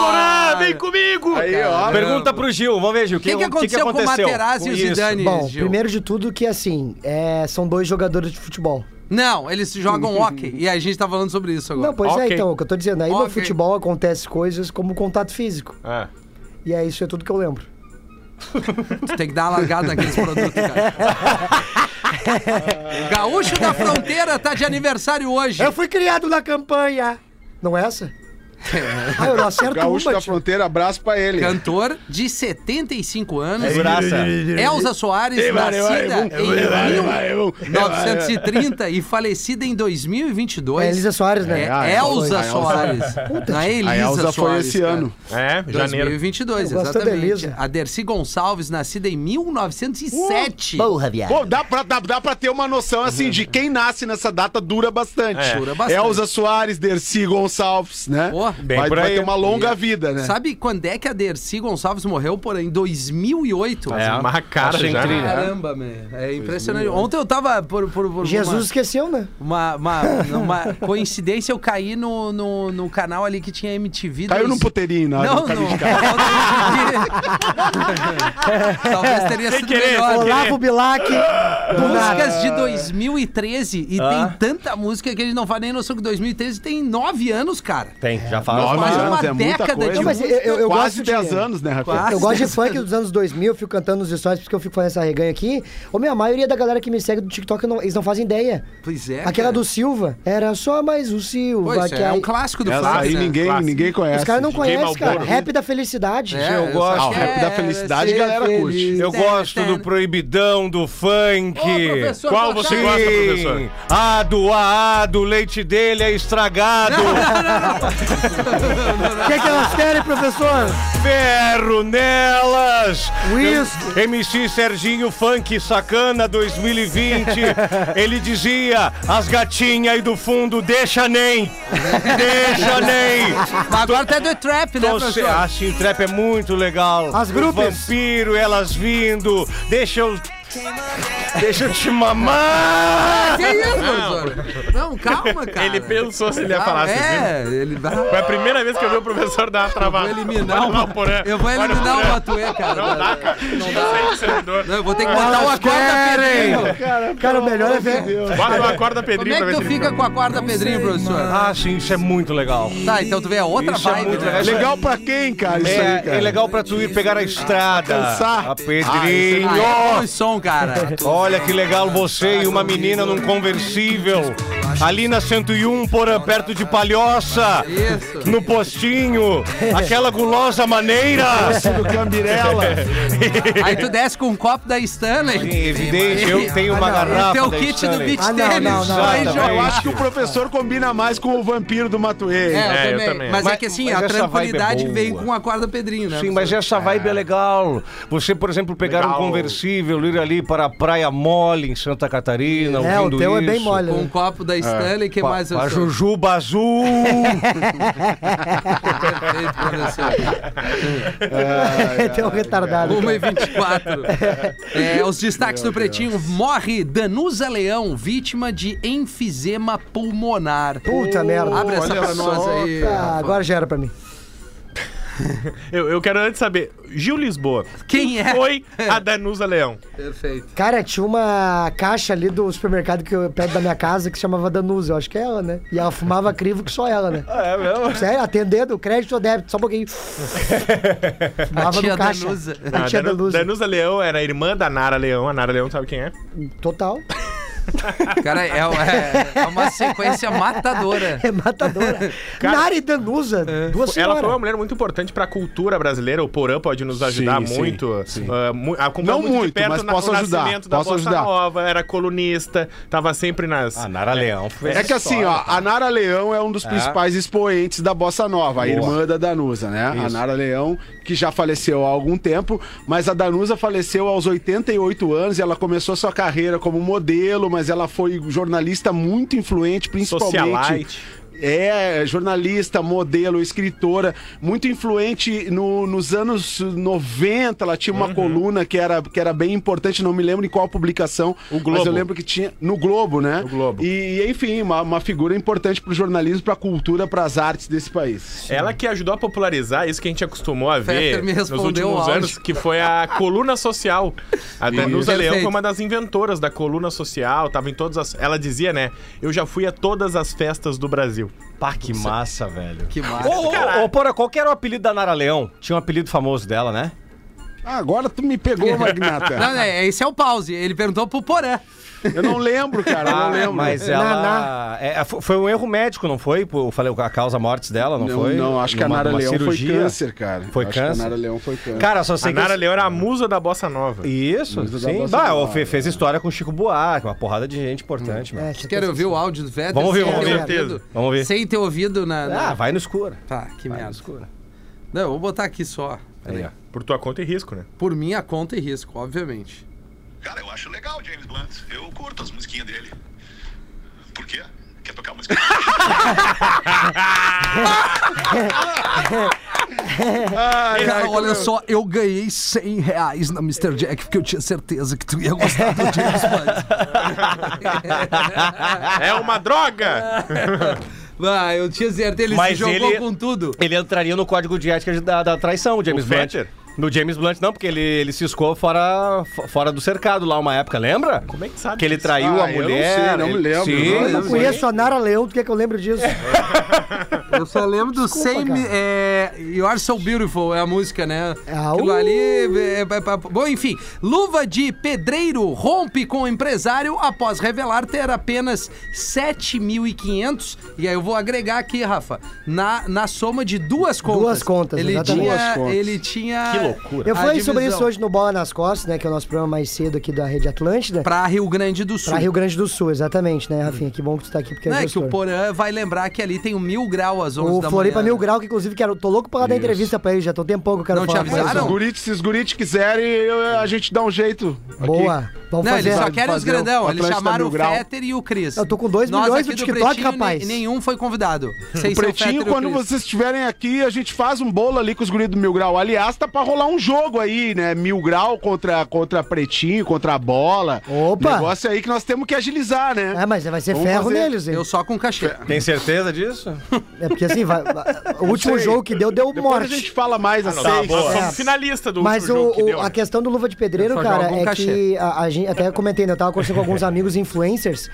S4: Porã! Vem comigo!
S3: Aí, ó.
S4: Pergunta pro Gil, vamos ver, Gil. O
S2: O que, que aconteceu com o Materazzi e o
S4: isso?
S2: Zidane,
S5: Bom,
S2: Gil?
S5: primeiro de tudo que, assim, é, são dois jogadores de futebol.
S2: Não, eles jogam hockey. E a gente tá falando sobre isso agora.
S5: Não, pois é,
S6: Ok.
S5: então, o que eu tô dizendo. Aí no
S2: Ok.
S5: futebol acontece coisas como contato físico.
S4: Ah.
S5: E é isso, é tudo que eu lembro.
S2: Tu tem que dar uma largada naqueles produtos, cara. O Gaúcho da Fronteira tá de aniversário hoje.
S5: Eu fui criado na campanha. Não é essa? ah, eu não acerto
S3: Gaúcho
S2: tá
S5: uma,
S3: da
S5: tio.
S3: Fronteira, abraço pra ele.
S2: Cantor de 75 anos.
S4: Graça.
S2: Elza Soares, nascida em 1930 e falecida em 2022.
S5: É Elisa Soares, né?
S2: É
S5: Ah,
S2: Elza
S5: foi.
S2: Soares. Não é Elisa
S3: A Elza foi
S2: Soares,
S3: esse
S2: cara.
S3: ano.
S4: É, janeiro.
S2: 2022,
S5: Eu gosto da
S2: exatamente.
S5: Elisa.
S2: A Dercy Gonçalves, nascida em
S4: Uh,
S2: 1907.
S7: Porra, viado.
S3: Pô, dá pra, dá, dá pra ter uma noção, assim, de quem nasce nessa data dura bastante.
S2: É. Dura bastante.
S3: Elza Soares, Dercy Gonçalves, né?
S2: Pô,
S3: Bem vai,
S4: por
S3: vai
S4: aí.
S3: ter uma longa vida, né?
S2: Sabe quando é que a Dercy Gonçalves morreu? Por em 2008.
S4: É, uma cara
S6: Achei
S4: já.
S6: incrível.
S2: Caramba, man. É impressionante. Ontem eu tava por, por- por
S5: Jesus
S2: uma-
S5: esqueceu, né?
S2: Uma, uma, uma coincidência, eu caí no, no, no canal ali que tinha MTV.
S3: Caiu
S2: dois-
S3: num puteirinho, né?
S2: Não, não.
S3: Nunca vi de cara.
S2: não. Talvez teria sido
S4: querer,
S2: melhor.
S4: sem querer.
S5: Olavo Bilac, do nada.
S2: Músicas de 2013 e tem tanta música que a gente não faz nem noção que 2013 tem nove anos, cara.
S4: Tem, já fala.
S3: Nove
S2: Quase
S3: anos,
S2: uma
S3: é muita
S2: década
S3: coisa.
S2: de
S5: Não, mas eu, eu, eu
S3: Quase
S5: gosto
S3: 10
S5: de...
S3: anos, né, Rafael?
S2: Quase.
S5: Eu gosto de funk dos anos 2000, eu fico cantando os stories porque eu fico fazendo essa reganha aqui. Ô, meu, a maioria da galera que me segue do TikTok, não- eles não fazem ideia.
S2: Pois é.
S5: Aquela
S2: cara.
S5: do Silva, era só mais o
S2: Pô,
S5: Silva.
S2: isso
S5: que
S2: é
S5: aí-
S2: um clássico do
S3: Essa
S2: funk,
S3: aí
S2: né?
S3: ninguém,
S6: Clássico.
S3: ninguém conhece.
S5: Os caras não
S6: Ninguém
S5: conhecem, cara.
S6: Malboro.
S5: Rap da felicidade.
S2: É,
S4: Eu gosto.
S2: só
S4: Ah, o
S3: rap da
S2: quero
S3: felicidade,
S2: ser
S3: galera curte.
S2: feliz.
S4: Eu gosto do proibidão, do funk.
S2: Ô, professor,
S6: Qual
S2: boa
S6: você
S2: tarde.
S6: gosta,
S4: Sim.
S6: professor?
S4: Ah, do AA, do leite dele é estragado.
S5: O que, é que elas querem, professor?
S4: Ferro nelas.
S5: Whisky.
S4: MC Serginho Funk Sacana 2020. Ele dizia: as gatinhas aí do fundo, deixa nem. Deixa nem.
S2: Mas agora tá do trap, né,
S4: Doce,
S2: professor?
S4: a Sim Trap é muito legal.
S5: As grupos.
S4: O vampiro, elas vindo. Deixa eu. Deixa eu te mamar!
S2: Que isso, professor? Não, calma, cara.
S6: Ele pensou se ele ia
S2: Ah,
S6: falar assim. viu?
S2: É, ele
S6: Foi
S2: vai.
S6: a primeira vez que eu vi o professor dar uma travada.
S2: Vou eliminar
S6: Olha
S2: o
S6: o Porã.
S2: Eu vou
S6: Olha o
S2: eliminar o
S6: Porã.
S2: Matuê, cara.
S6: Não dá, cara. Não dá. do servidor.
S2: Não, eu vou ter que
S4: Ah,
S2: botar uma corda pedrinho.
S5: Cara, o melhor é ver.
S6: Bota uma corda
S2: Como
S6: pedrinho
S2: é
S6: pra
S2: que
S6: ver
S2: tu
S6: se ele
S2: fica com a corda pedrinho, professor?
S4: Ah, sim, isso é muito legal.
S2: Tá, então tu vê a outra
S4: Isso é
S2: vibe,
S4: muito
S2: né?
S4: legal.
S3: Legal pra quem, cara? Isso aí, cara.
S4: É, é legal pra tu ir pegar a
S3: é
S4: estrada.
S3: Dançar.
S4: A
S2: Ah,
S4: Pedrinho.
S2: é bom som, cara.
S4: Olha que legal você e uma menina num conversível. Ali na 101, porã, perto de Palhoça.
S2: Isso.
S4: No postinho. Aquela gulosa maneira.
S3: Do Cambirela.
S2: Aí tu desce com um copo da Stanley.
S4: Evidente, eu tenho uma garrafa.
S2: Teu
S4: da
S2: kit do
S4: Stanley.
S2: beat
S5: Ah, não,
S2: tênis.
S5: não, não,
S2: vai
S4: não,
S2: jogar.
S3: Eu acho que o professor combina mais com o vampiro do
S2: É,
S3: Matuê.
S2: eu
S6: É, eu
S2: também.
S6: também.
S2: Mas, é
S4: Mas-
S2: que assim,
S4: mas
S2: a
S4: essa vibe é
S2: tranquilidade
S4: boa.
S2: vem com a corda pedrinho, né?
S4: Sim, mas essa vibe é legal. Você, por exemplo, pegar um conversível, ir ali ali para a Praia Mole, em Santa Catarina,
S5: É, o
S4: Tá ouvindo
S5: teu é bem
S4: isso.
S5: mole.
S2: Com um copo da Stanley, que mais eu
S4: A
S2: sou?
S4: Jujuba Azul.
S2: Perfeito, professor.
S5: Tem um retardado.
S2: 1 e 24. É, os destaques do Pretinho. Morre Danusa Leão, vítima de enfisema pulmonar.
S5: Puta merda.
S2: Abre essa
S3: olha
S2: pra
S3: só,
S2: nós aí.
S5: Ah, agora já era pra mim.
S6: Eu, eu quero antes saber, Gil Lisboa.
S2: Quem é?
S6: Foi a Danusa Leão.
S2: Perfeito.
S5: Cara, tinha uma caixa ali do supermercado que eu, perto da minha casa que se chamava Danusa, eu acho que é ela, né? E ela fumava crivo que só ela, né?
S4: É mesmo?
S5: Sério, atendendo, crédito ou débito, só um pouquinho.
S2: A
S5: Fumava
S4: é
S2: tia
S5: no caixa.
S2: Danusa.
S5: A tia
S6: Ah, Danu-
S5: Danusa.
S6: Danusa Leão era irmã da Nara Leão. A Nara Leão sabe quem é?
S5: Total.
S2: Cara, é, é- é uma sequência matadora.
S5: É matadora.
S6: Cara-
S5: Nara e Danusa, duas
S6: Ela foi uma
S5: senhoras.
S6: mulher muito importante pra cultura brasileira. O Porã pode nos ajudar
S3: Sim, sim,
S6: muito.
S3: sim.
S6: Ah, mu- acompanhou
S3: Não
S6: de
S3: muito,
S6: perto
S3: mas
S6: na-
S3: posso
S6: o
S3: ajudar,
S6: nascimento da
S3: posso
S6: Bossa
S3: ajudar.
S6: Nova, era colunista, tava sempre nas...
S4: A Ah, Nara Leão. foi
S3: É que assim, ó, a Nara Leão é um dos principais expoentes da Bossa Nova, a irmã da Danusa, né? A Nara Leão, que já faleceu há algum tempo, mas a Danusa faleceu aos 88 anos e ela começou sua carreira como modelo, mas ela foi jornalista muito influente, principalmente.
S6: Socialite.
S3: É, jornalista, modelo, escritora, muito influente no- nos anos 90. Ela tinha uma
S6: Uhum.
S3: coluna que era, que era bem importante, não me lembro em qual publicação.
S6: O Globo.
S3: Mas eu lembro que tinha. No Globo, né?
S6: No Globo.
S3: E, enfim, uma, uma figura importante pro jornalismo, pra cultura, pras artes desse país.
S4: assim.
S6: Ela que ajudou a popularizar isso que a gente acostumou a
S2: Fetter
S6: ver
S2: me
S6: nos
S2: respondeu o
S6: últimos
S2: áudio.
S6: anos, que foi a coluna social. A Danusa Leão
S2: Perfeito.
S6: foi uma das inventoras da coluna social, tava em todas as. Ela dizia, né? Eu já fui a todas as festas do Brasil.
S4: Pá, que massa, velho.
S2: Que massa.
S4: Ô, ô, ô, Porra, qual que era o apelido da Nara Leão? Tinha um apelido famoso dela, né?
S3: Ah, agora tu me pegou, Magnata.
S2: Não, é, esse é o pause. Ele perguntou pro Porã.
S3: Eu não lembro, cara, eu não lembro.
S4: Ah, mas ela. É, fo- foi um erro médico, não foi? Pô, Eu falei a causa mortes dela, não,
S3: Não,
S4: foi?
S3: não, acho que a
S4: Numa-
S3: Nara
S4: numa
S3: Leão
S4: cirurgia.
S3: foi câncer, cara.
S4: Foi
S3: acho
S4: câncer?
S3: Que a Nara Leão foi câncer.
S4: Cara, só sei
S6: A Nara
S4: que. é
S6: Leão era a musa da bossa nova.
S4: Isso,
S3: Musa da
S4: sim.
S3: Bossa
S4: Bah,
S3: Nova.
S4: o Fê fez história com o Chico Buarque, uma porrada de gente
S3: Hum.
S4: importante, mano.
S5: É, tinha
S2: Quero
S5: que-
S2: ouvir o áudio do Fetter.
S4: Vamos ouvir,
S2: sem
S4: vamos
S2: ter
S6: ouvir.
S2: ouvido-
S4: Vamos ouvir.
S2: Sem ter ouvido na... na-
S4: Ah, vai no escuro.
S2: Tá, que
S4: Vai no
S2: merda.
S4: escuro.
S2: Não, eu vou botar aqui só.
S4: Aí, ó.
S6: Por tua conta e risco, né?
S2: Por minha conta e risco, obviamente.
S8: Cara, eu acho legal o James Blunt. Eu curto as musiquinhas dele. Por quê? Quer tocar música?
S2: Cara, olha só, eu ganhei 100 reais na Mr. Jack porque eu tinha certeza que tu ia gostar do James Bond.
S6: É uma
S4: É.
S6: droga!
S2: Ah, eu tinha certeza, ele
S4: Mas
S2: se jogou
S4: ele-
S2: com tudo.
S4: Ele entraria no código de ética da, da traição, o James
S6: O
S4: Blunt.
S6: Fetter?
S4: No James Blunt, não, porque ele, ele se escoou fora, fo- fora do cercado lá uma época, lembra?
S6: Como é que sabe
S4: Que ele
S6: disso?
S4: traiu
S3: Ah,
S4: a
S3: eu não
S4: mulher.
S3: sei, não me
S4: ele-
S3: lembro,
S4: Sim,
S5: Eu não conheço a Nara Leão, do que é que eu lembro disso?
S2: Eu só lembro do Same.
S5: cara.
S2: É, you Are So Beautiful, é a música, né?
S5: Ah,
S2: Aquilo
S5: uh.
S2: ali. é- é- é- bom, enfim. Luva de pedreiro rompe com o empresário após revelar ter apenas 7.500. E aí eu vou agregar aqui, Rafa. Na, na soma de duas contas.
S5: contas,
S2: ele
S5: exatamente.
S2: tinha,
S3: Duas contas.
S2: Ele tinha.
S6: Que loucura.
S5: Eu
S2: A
S5: falei sobre
S2: divisão.
S5: isso hoje no Bola nas Costas, né? Que é o nosso programa mais cedo aqui da Rede Atlântida. Pra,
S2: Pra Rio Grande do Sul.
S5: Rio Grande do Sul, exatamente, né, Rafinha? Que bom que tu tá aqui, porque
S2: Não,
S5: é
S2: é que o
S5: gestor.
S2: Porã vai lembrar que ali tem o mil grau às 11
S5: O
S2: da
S5: Floripa
S2: manhã. né?
S5: Mil Grau, que inclusive quero, tô louco pra dar entrevista pra ele, já tô um tempão que eu quero
S2: Não te
S5: falar. com ele.
S3: Se os
S2: avisaram?
S3: gurites, se os gurites quiserem, eu- a gente dá um jeito. aqui.
S5: Boa. Vamos
S2: Não,
S5: fazer.
S2: eles só querem os
S3: fazer
S2: grandão.
S3: o
S2: Eles
S3: Atlântida
S2: chamaram o
S3: Mil Grau.
S2: Fetter e o Cris.
S5: Eu tô com dois
S2: Nós
S5: milhões
S2: aqui
S5: no
S2: do
S5: TikTok,
S2: Pretinho,
S5: rapaz.
S2: ne- Nenhum foi convidado. Vocês são o Fetter e
S3: Pretinho,
S2: o
S3: quando
S2: Cris.
S3: vocês estiverem aqui, a gente faz um bolo ali com os guris do Mil Grau. Aliás, tá pra rolar um jogo aí, né? Mil Grau contra, contra Pretinho, contra a bola.
S5: Opa!
S3: Negócio aí que nós temos que agilizar, né?
S5: É, mas vai ser
S3: Vamos
S5: ferro
S3: fazer.
S5: neles, hein?
S2: Eu só com cachê.
S6: É.
S4: Tem certeza disso?
S5: É porque assim, vai- o último
S3: sei.
S5: jogo que deu, deu
S3: Depois
S5: morte.
S3: a gente fala mais
S6: Não,
S3: assim.
S6: tá, nós
S5: É.
S6: somos finalista do
S5: Mas
S6: último
S5: o,
S6: jogo que
S5: o-
S6: deu.
S5: a
S6: né?
S5: questão do Luva de Pedreiro,
S2: Só
S5: cara,
S2: joga um
S5: é
S2: cachê.
S5: que a, a gente, até comentei, né? Eu tava conversando com alguns amigos influencers.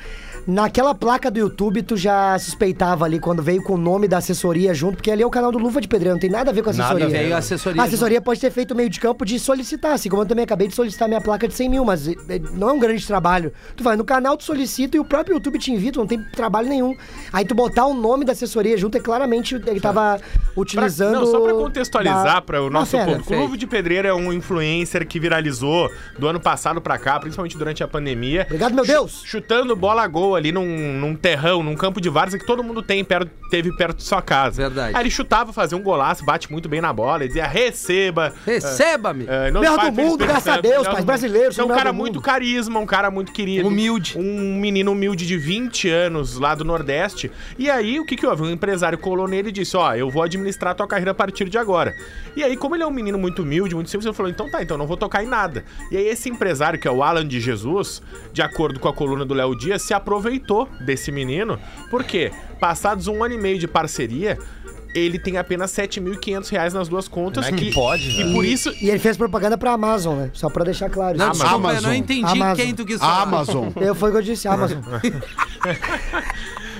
S5: Naquela placa do YouTube, tu já suspeitava ali quando veio com o nome da assessoria junto, porque ali é o canal do Luva de Pedreiro, não tem nada a ver com a
S4: Nada a
S5: assessoria.
S2: ver, a assessoria
S6: né?
S5: A assessoria pode ter feito meio de campo de solicitar, assim como eu também acabei de solicitar minha placa de 100 mil, mas eh, eh, não é um grande trabalho. Tu vai no canal, tu solicita e o próprio YouTube te invita, não tem trabalho nenhum. Aí tu botar o nome da assessoria junto, é claramente ele tava
S6: Pra-
S5: utilizando.
S6: não, só pra contextualizar
S5: da-
S6: para o
S5: da
S6: nosso
S5: fera.
S6: público. O
S2: Perfeito.
S6: Luvo de Pedreiro é um influencer que viralizou do ano passado pra cá, principalmente durante a pandemia.
S5: Obrigado, meu Deus!
S6: Chutando bola a gol ali num, num terrão, num campo de várzea que todo mundo tem perto, teve perto de sua casa.
S2: Verdade.
S6: Aí ele chutava, fazia um golaço, bate muito bem na bola, ele dizia receba.
S2: Receba-me!
S6: É, em nome
S5: Melhor
S6: do Pai,
S5: do
S6: Filho e
S5: mundo,
S6: Espírito
S5: graças a
S6: Santo.
S5: Deus,
S6: Melhor
S5: pai,
S6: do mundo.
S5: brasileiro,
S6: Você é um
S5: melhor
S6: cara
S5: do
S6: muito
S5: mundo.
S6: carisma, um cara muito querido.
S2: Humilde.
S6: Um menino humilde de 20 anos lá do Nordeste. E aí, o que que houve? Um empresário colou nele e disse, ó, eu vou administrar tua carreira a partir de agora. E aí, como ele é um menino muito humilde, muito simples, ele falou, então tá, então não vou tocar em nada. E aí, esse empresário, que é o Alan de Jesus, de acordo com a coluna do Léo Dias, se aproveitou desse menino. Por quê? Passados um ano e meio de parceria... Ele tem apenas R$ 7.500 reais nas duas contas.
S4: Como é que pode,
S6: E
S4: velho?
S6: por isso,
S5: E ele fez propaganda pra Amazon, né? Só pra deixar claro.
S2: Não,
S5: isso.
S2: desculpa, eu não
S3: Amazon.
S2: entendi
S5: Amazon.
S2: quem tu quis falar.
S3: Amazon.
S5: Eu foi o que eu disse, Amazon.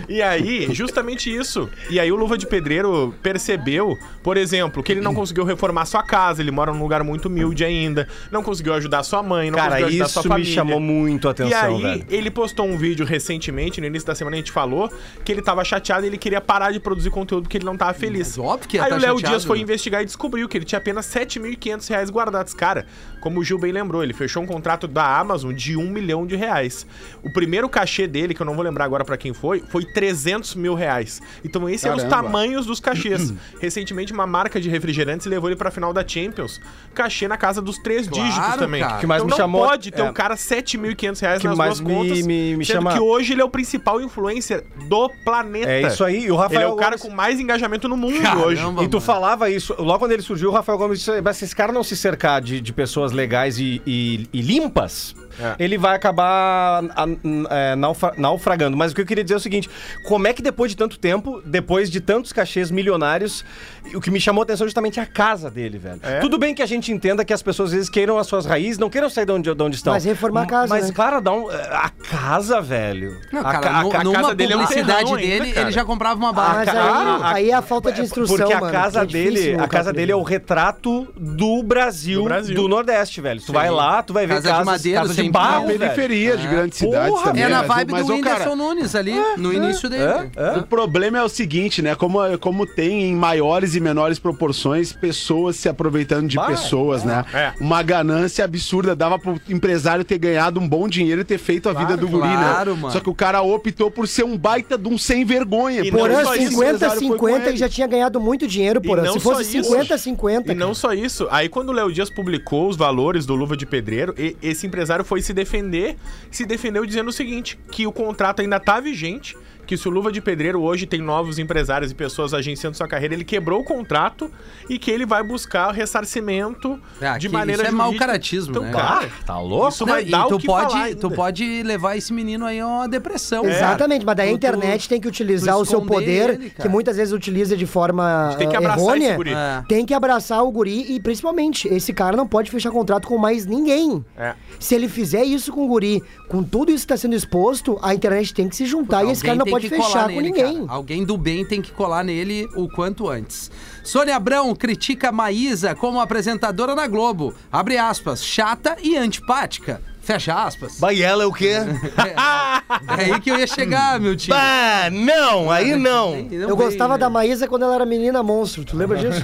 S6: E aí, justamente isso. E aí o Luva de Pedreiro percebeu, por exemplo, que ele não conseguiu reformar sua casa, ele mora num lugar muito humilde ainda, não conseguiu ajudar sua mãe, não
S4: Cara,
S6: conseguiu ajudar
S4: isso
S6: sua
S4: me
S6: família.
S4: chamou muito a atenção,
S6: E aí,
S4: velho.
S6: ele postou um vídeo recentemente, no início da semana a gente falou, que ele tava chateado e ele queria parar de produzir conteúdo porque ele não tava feliz.
S2: Mas óbvio que ia
S6: Aí
S2: tá
S6: o Léo
S2: chateado,
S6: Dias foi
S2: né?
S6: investigar e descobriu que ele tinha apenas 7.500 reais guardados. Cara, como o Gil bem lembrou, ele fechou um contrato da Amazon de 1 milhão de reais. O primeiro cachê dele, que eu não vou lembrar agora pra quem foi, foi 300 mil reais. Então esses eram os
S3: Caramba.
S6: tamanhos dos cachês. Recentemente, uma marca de refrigerantes levou ele pra final da Champions. Cachê na casa dos três
S2: Claro,
S6: dígitos também.
S2: cara. O que
S4: mais me
S6: não
S4: chamou-
S6: pode ter
S4: é.
S6: um cara 7.500 reais
S4: que
S6: nas duas
S4: mais me-
S6: contas,
S4: me- me
S6: sendo
S4: chama-
S6: que hoje ele é o principal influencer do planeta.
S4: É isso aí, e o Rafael
S6: Ele é o cara
S4: Gomes-
S6: com mais engajamento no mundo
S2: Caramba,
S6: hoje.
S4: E tu
S2: mano.
S4: falava isso, logo quando ele surgiu, o Rafael Gomes disse: "Mas se esse cara não se cercar de, de pessoas legais e, e- e limpas,
S6: É.
S4: ele vai acabar a- é, naufra- naufragando. Mas o que eu queria dizer é o seguinte: como é que depois de tanto tempo, depois de tantos cachês milionários, o que me chamou a atenção é justamente a casa dele, velho.
S6: É.
S4: Tudo bem que a gente entenda que as pessoas às vezes queiram as suas raízes, não queiram sair de onde, de onde estão.
S5: Mas reformar a casa,
S4: Mas,
S5: né?
S4: cara, dá um, a casa, velho.
S2: Não,
S4: a,
S2: cara,
S4: ca- a
S2: nu-
S4: ca- a
S2: numa
S4: casa dele é um
S2: publicidade
S4: terrão ainda,
S2: dele,
S4: cara.
S2: ele já comprava uma
S5: Ah,
S2: barra.
S5: mas
S4: claro.
S5: aí, aí é a falta de instrução,
S4: Porque a
S5: mano,
S4: casa
S5: que é difícil
S4: dele, a
S5: colocar
S4: casa
S5: pra
S4: dele é o
S5: ele.
S4: retrato do Brasil, do
S6: Do Brasil.
S4: Nordeste, velho. Tu vai
S6: Ah,
S4: lá, tu vai ver
S2: Casa de
S4: casas,
S2: madeira,
S4: casa de
S2: sem
S4: barro,
S2: pau,
S4: velho.
S3: Periferia de grandes
S4: Porra,
S3: cidades também.
S2: É na
S3: mas o-
S2: vibe
S3: mas
S2: do
S3: o cara-
S2: Whindersson Nunes ali, no início dele.
S4: é,
S3: O problema é o seguinte, né? Como, como tem em maiores e menores proporções pessoas se aproveitando de
S4: Vai,
S3: pessoas, né?
S6: É.
S3: Uma ganância absurda. Dava pro empresário ter ganhado um bom dinheiro e ter feito a vida do guri, né?
S2: claro, mano.
S3: Só que o cara optou por ser um baita de um sem vergonha.
S6: E
S3: Por
S5: Porã
S6: não
S3: isso
S6: só
S3: esse empresário foi com
S5: 50-50, ele
S3: ele.
S5: já tinha ganhado muito dinheiro, Porã.
S6: não
S5: Se fosse
S6: só isso.
S5: 50-50,
S6: E não só isso, aí quando o Léo Dias publicou os valores do Luva de Pedreiro, e- esse empresário foi se defender, se defendeu dizendo o seguinte, que o contrato ainda tá vigente, que se o Luva de Pedreiro hoje tem novos empresários e pessoas agenciando sua carreira, ele quebrou o contrato e que ele vai buscar resarcimento
S2: Ah,
S6: de
S2: que
S6: maneira
S2: isso é
S6: jurídica.
S2: mau caratismo, né?
S6: cara,
S4: Tá louco?
S6: isso
S2: Não,
S6: vai
S2: e
S6: dar
S2: tu
S6: o que
S2: pode,
S6: falar ainda.
S2: tu pode levar esse menino aí a uma depressão. cara.
S5: Exatamente, mas daí a
S2: É. Tu- tu-
S5: internet tem que utilizar
S2: tu
S5: o seu
S2: esconder
S5: poder,
S2: ele,
S5: que
S2: cara.
S5: muitas vezes utiliza de forma
S6: tem que
S5: ah,
S6: abraçar
S5: errônea.
S6: esse guri.
S2: É.
S5: Tem que abraçar o guri e, principalmente, esse cara não pode fechar contrato com mais ninguém.
S6: É.
S5: Se ele fizer isso com o guri, com tudo isso que está sendo exposto, a internet tem que se juntar e esse
S2: Alguém
S5: cara não
S2: tem
S5: pode
S2: que colar
S5: fechar com
S2: nele,
S5: ninguém.
S2: cara. Alguém do bem tem que colar nele o quanto antes. Sônia Abrão critica Maísa como apresentadora na Globo. Abre aspas, chata e antipática. Fecha aspas.
S7: Bah, e ela é o quê?
S2: É aí que eu ia chegar,
S3: Hum.
S2: meu tio.
S7: bah, não, aí não.
S2: Não
S5: Eu
S2: vem,
S5: gostava
S2: né?
S5: da Maísa quando ela era menina monstro, tu lembra disso?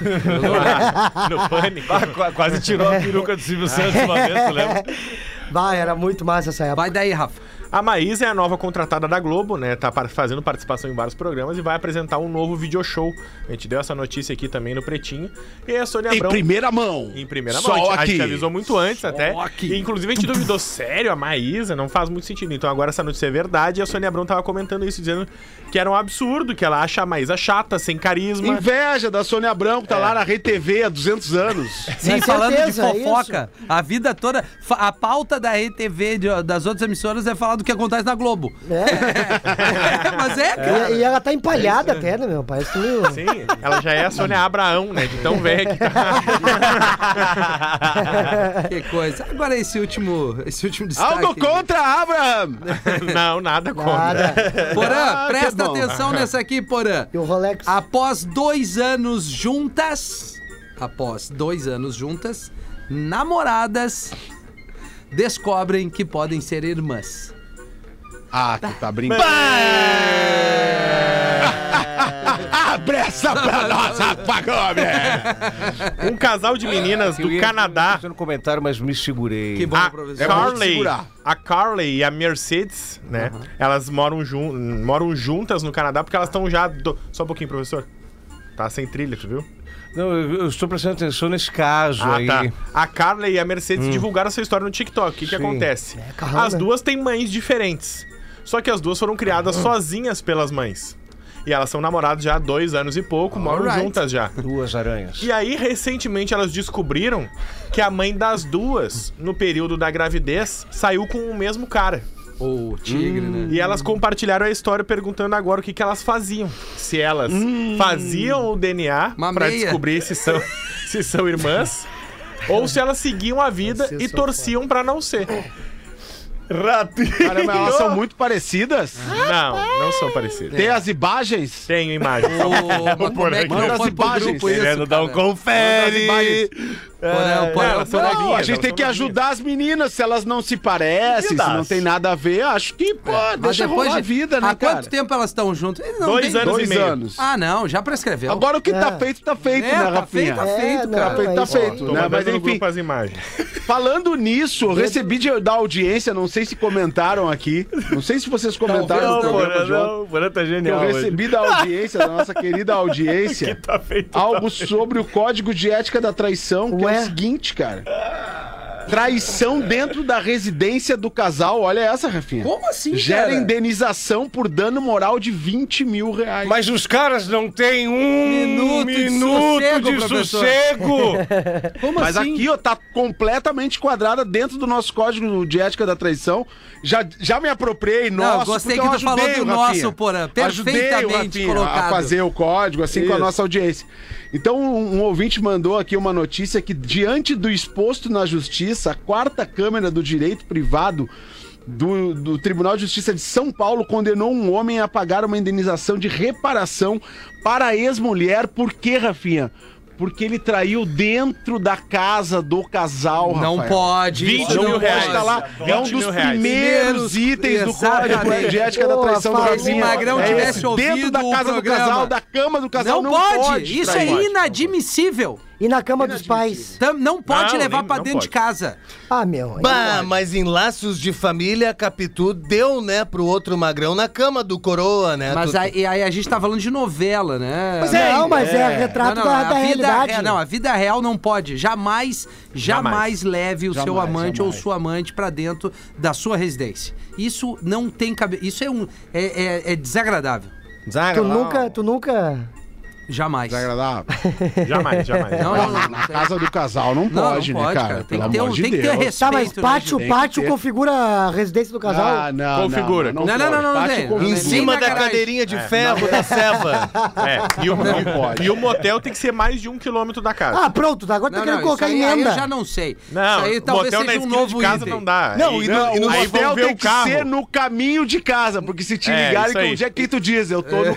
S6: No pânico.
S4: Ah, Quase tirou a peruca do Silvio Santos uma vez, tu lembra?
S5: Vai, era muito massa essa época.
S2: Vai daí, Rafa.
S6: A Maísa é a nova contratada da Globo, né? Tá par- fazendo participação em vários programas e vai apresentar um novo video show. A gente deu essa notícia aqui também no Pretinho. E a Sônia
S3: Em
S6: Abrão.
S3: primeira mão.
S6: Em primeira
S3: Só
S6: mão. A gente- A
S3: aqui.
S6: gente avisou muito antes até.
S3: aqui.
S6: E, inclusive a gente duvidou, sério, a Maísa não faz muito sentido. Então agora essa notícia é verdade e a Sônia Abrão tava comentando isso, dizendo que era um absurdo, que ela acha a Maísa chata, sem carisma.
S3: Inveja da Sônia Abrão,
S6: É.
S3: que tá lá na RedeTV há 200 anos.
S2: Sim,
S5: Com
S2: falando
S5: certeza, é
S2: de fofoca, a vida toda, fa- a pauta da RTV de- das outras emissoras é falar do que acontece na Globo.
S5: É.
S2: Mas é, cara.
S5: E, e ela tá empalhada até, né, meu? Parece que meio...
S6: É Sim, ela já é a Sônia Abraão, né? De tão velha que tá.
S5: É.
S2: Que coisa. Agora esse último, esse último destaque.
S3: Aldo contra Abraham!
S6: Não, nada contra.
S5: Nada.
S2: Porã,
S3: Ah, que
S2: presta
S3: bom.
S2: atenção nessa aqui, Porã.
S5: E o Rolex.
S2: Após dois anos juntas, após dois anos juntas, namoradas descobrem que podem ser irmãs.
S3: Ah, tu tá brincando. Abre essa pra nós, Rafa Gomes!
S6: Um casal de meninas do Canadá.
S4: no comentário, mas me segurei.
S2: Que bom,
S6: A
S2: professor.
S3: É bom de
S6: Carly,
S3: segurar.
S6: a Carly e a Mercedes, né? Elas moram, jun moram juntas no Canadá porque elas estão já. do- Só um pouquinho, professor. Tá sem trilha, tu viu?
S4: Não, eu, eu estou prestando atenção nesse caso
S6: Ah,
S4: aí.
S6: tá.
S4: Hum.
S6: A Carla e a Mercedes divulgaram essa história no TikTok. O que, que
S4: Sim.
S6: acontece?
S5: Carla.
S6: As duas têm mães diferentes. Só que as duas foram criadas sozinhas pelas mães. E elas são namoradas já há dois anos e pouco, moram
S2: Alright.
S6: juntas já.
S4: Duas aranhas.
S6: E aí, recentemente, elas descobriram que a mãe das duas, no período da gravidez, saiu com o mesmo cara.
S2: Ô, tigre, né?
S6: E elas compartilharam a história perguntando agora o que, que elas faziam. Se elas faziam o DNA
S2: Hum. Uma
S6: pra
S2: meia.
S6: descobrir se são, se são irmãs. ou se elas seguiam a vida e torciam pra não ser.
S3: Caramba, elas são muito parecidas.
S6: Ah. Não, não são parecidas.
S3: Tem as imagens?
S6: Tenho imagem.
S2: Ô, mas como é que
S3: Manda
S2: não
S3: as
S2: foi pro
S3: imagens.
S2: grupo isso,
S3: Querendo
S2: dar um
S3: Confere!
S2: Porão, porão,
S6: É, elas são
S2: porão.
S3: Não, a
S6: novinhas,
S3: gente
S6: elas
S3: tem
S6: são
S3: que
S6: novinhas.
S3: ajudar as meninas se elas não se parecem, se não tem nada a ver. Acho que, pô,
S2: Mas
S3: Ah, deixa
S2: depois
S3: rolar a
S2: de-
S3: vida, né,
S2: Há
S3: cara?
S2: quanto tempo elas estão juntas? Eles não
S6: Dois
S2: têm-
S6: anos
S3: Dois
S6: e meio.
S3: anos.
S2: Ah, não, já prescreveu.
S3: Agora o que tá
S5: É.
S3: feito, tá feito,
S2: É,
S3: né,
S2: tá feito,
S3: Rafinha?
S2: tá feito,
S5: É,
S2: cara.
S5: não,
S3: Tá feito, tá
S5: isso aí.
S3: feito,
S6: Tô
S3: né? Mas
S6: mandando no
S3: enfim,
S6: grupo as imagens.
S3: falando nisso, eu recebi de- da audiência, não sei se comentaram aqui, não tá, sei se
S5: Tá
S3: vocês comentaram
S5: né,
S3: no programa de ontem,
S4: o Porã tá
S3: que eu
S4: genial. hoje.
S3: recebi da audiência, da nossa querida audiência,
S6: Tá feito.
S3: algo sobre o código de ética da traição, que é
S5: Ué?
S3: o seguinte, cara. Traição dentro da residência do casal, olha essa, Rafinha.
S2: Como assim,
S3: Gera
S2: cara?
S3: indenização por dano moral de 20 mil reais.
S4: Mas os caras não têm um
S2: Minuto
S4: minuto,
S2: de sossego,
S4: de
S2: professor.
S4: sossego.
S2: Como
S3: Mas aqui, ó, tá completamente quadrada dentro do nosso código de ética da traição. Já, já me apropriei,
S2: Não,
S3: nosso,
S2: gostei
S3: porque
S2: que
S3: eu
S2: tu falou
S3: ajudei
S2: do
S3: o Rafinha.
S2: nosso, Porã.
S3: Ajudei o
S2: Perfeitamente
S3: Rafinha
S2: colocado.
S3: A fazer o código, assim, com a
S4: Isso.
S3: nossa audiência. Então, um, um ouvinte mandou aqui uma notícia que, diante do exposto na justiça, a quarta Câmara do Direito Privado do, do Tribunal de Justiça de São Paulo condenou um homem a pagar uma indenização de reparação para a ex-mulher. Por quê, Rafinha? Porque ele traiu dentro da casa do casal,
S2: Não
S3: Rafael.
S2: pode.
S6: 20
S2: isso
S3: Não
S2: não
S6: mil
S3: pode
S6: reais.
S3: estar lá. É um
S6: 20
S3: dos
S6: mil reais.
S3: primeiros itens do
S2: Exatamente.
S3: código de ética da
S5: Pô,
S3: traição do
S5: Rafael,
S3: Rafinha.
S2: se Magrão
S3: É esse.
S2: tivesse ouvido
S3: Dentro da
S2: o
S3: casa do
S2: programa.
S3: casal, da cama do casal,
S2: Não,
S3: não, tá
S2: pode. Isso é
S3: trair.
S2: inadmissível.
S5: E na cama dos pais.
S2: Tam- Não pode
S6: Não,
S2: levar
S6: nem-
S2: pra
S6: não
S2: dentro de
S6: pode.
S2: casa.
S5: Ah, meu. aí
S9: Bah,
S5: não
S9: mas em laços de família, a Capitu deu, né, pro outro magrão na cama do coroa,
S4: É
S9: né?
S2: Mas
S9: Tu-
S2: aí, aí a gente tá falando de novela, né?
S5: pode. Não, mas é, retrato da, da
S2: a vida é
S5: realidade.
S2: real- não, a vida real não pode. Jamais, jamais, leve o seu amante ou sua amante pra dentro da sua residência. Isso não tem cabelo. Isso é um é, é- é desagradável.
S5: Tu nunca, tu nunca.
S2: Jamais.
S3: Desagradável.
S6: Jamais, jamais.
S2: Não, não, não,
S3: Na casa do casal não
S2: Não, não
S3: pode, né,
S2: pode,
S3: cara?
S2: cara. Tem
S3: Pelo
S2: que ter um-
S3: amor de
S2: tem que ter
S3: Deus.
S2: res-
S5: Tá, mas
S2: Respeito, né,
S5: pátio,
S3: gente?
S5: pátio
S3: Tem que ter.
S5: configura a residência do casal.
S3: Ah, não,
S6: Configura.
S2: Não, não, não, não, não
S3: Bate
S2: tem.
S3: com-
S2: Não,
S9: Em
S2: nem
S9: cima
S2: na
S9: da
S2: garagem.
S9: cadeirinha de
S4: É,
S9: ferro da Seva.
S6: É, e o,
S3: pode.
S6: e o motel tem que ser mais de um quilômetro da casa.
S5: Ah, pronto, agora tá
S2: Não,
S5: querendo
S2: não,
S5: colocar
S2: isso aí- aí
S5: emenda.
S2: Eu já não sei.
S6: Não,
S2: isso aí talvez
S6: motel na
S2: seja um
S6: esquina
S2: novo
S6: de casa
S2: item.
S6: não dá.
S9: Não, e no-
S3: Não,
S9: e no
S3: o
S6: aí
S3: motel
S6: vão ver
S3: tem
S6: o
S3: que
S6: carro.
S3: ser no caminho de casa, porque se te
S6: É,
S3: ligarem
S6: isso
S3: com
S6: aí.
S3: o dia que tu diz, eu
S2: É.
S3: tô no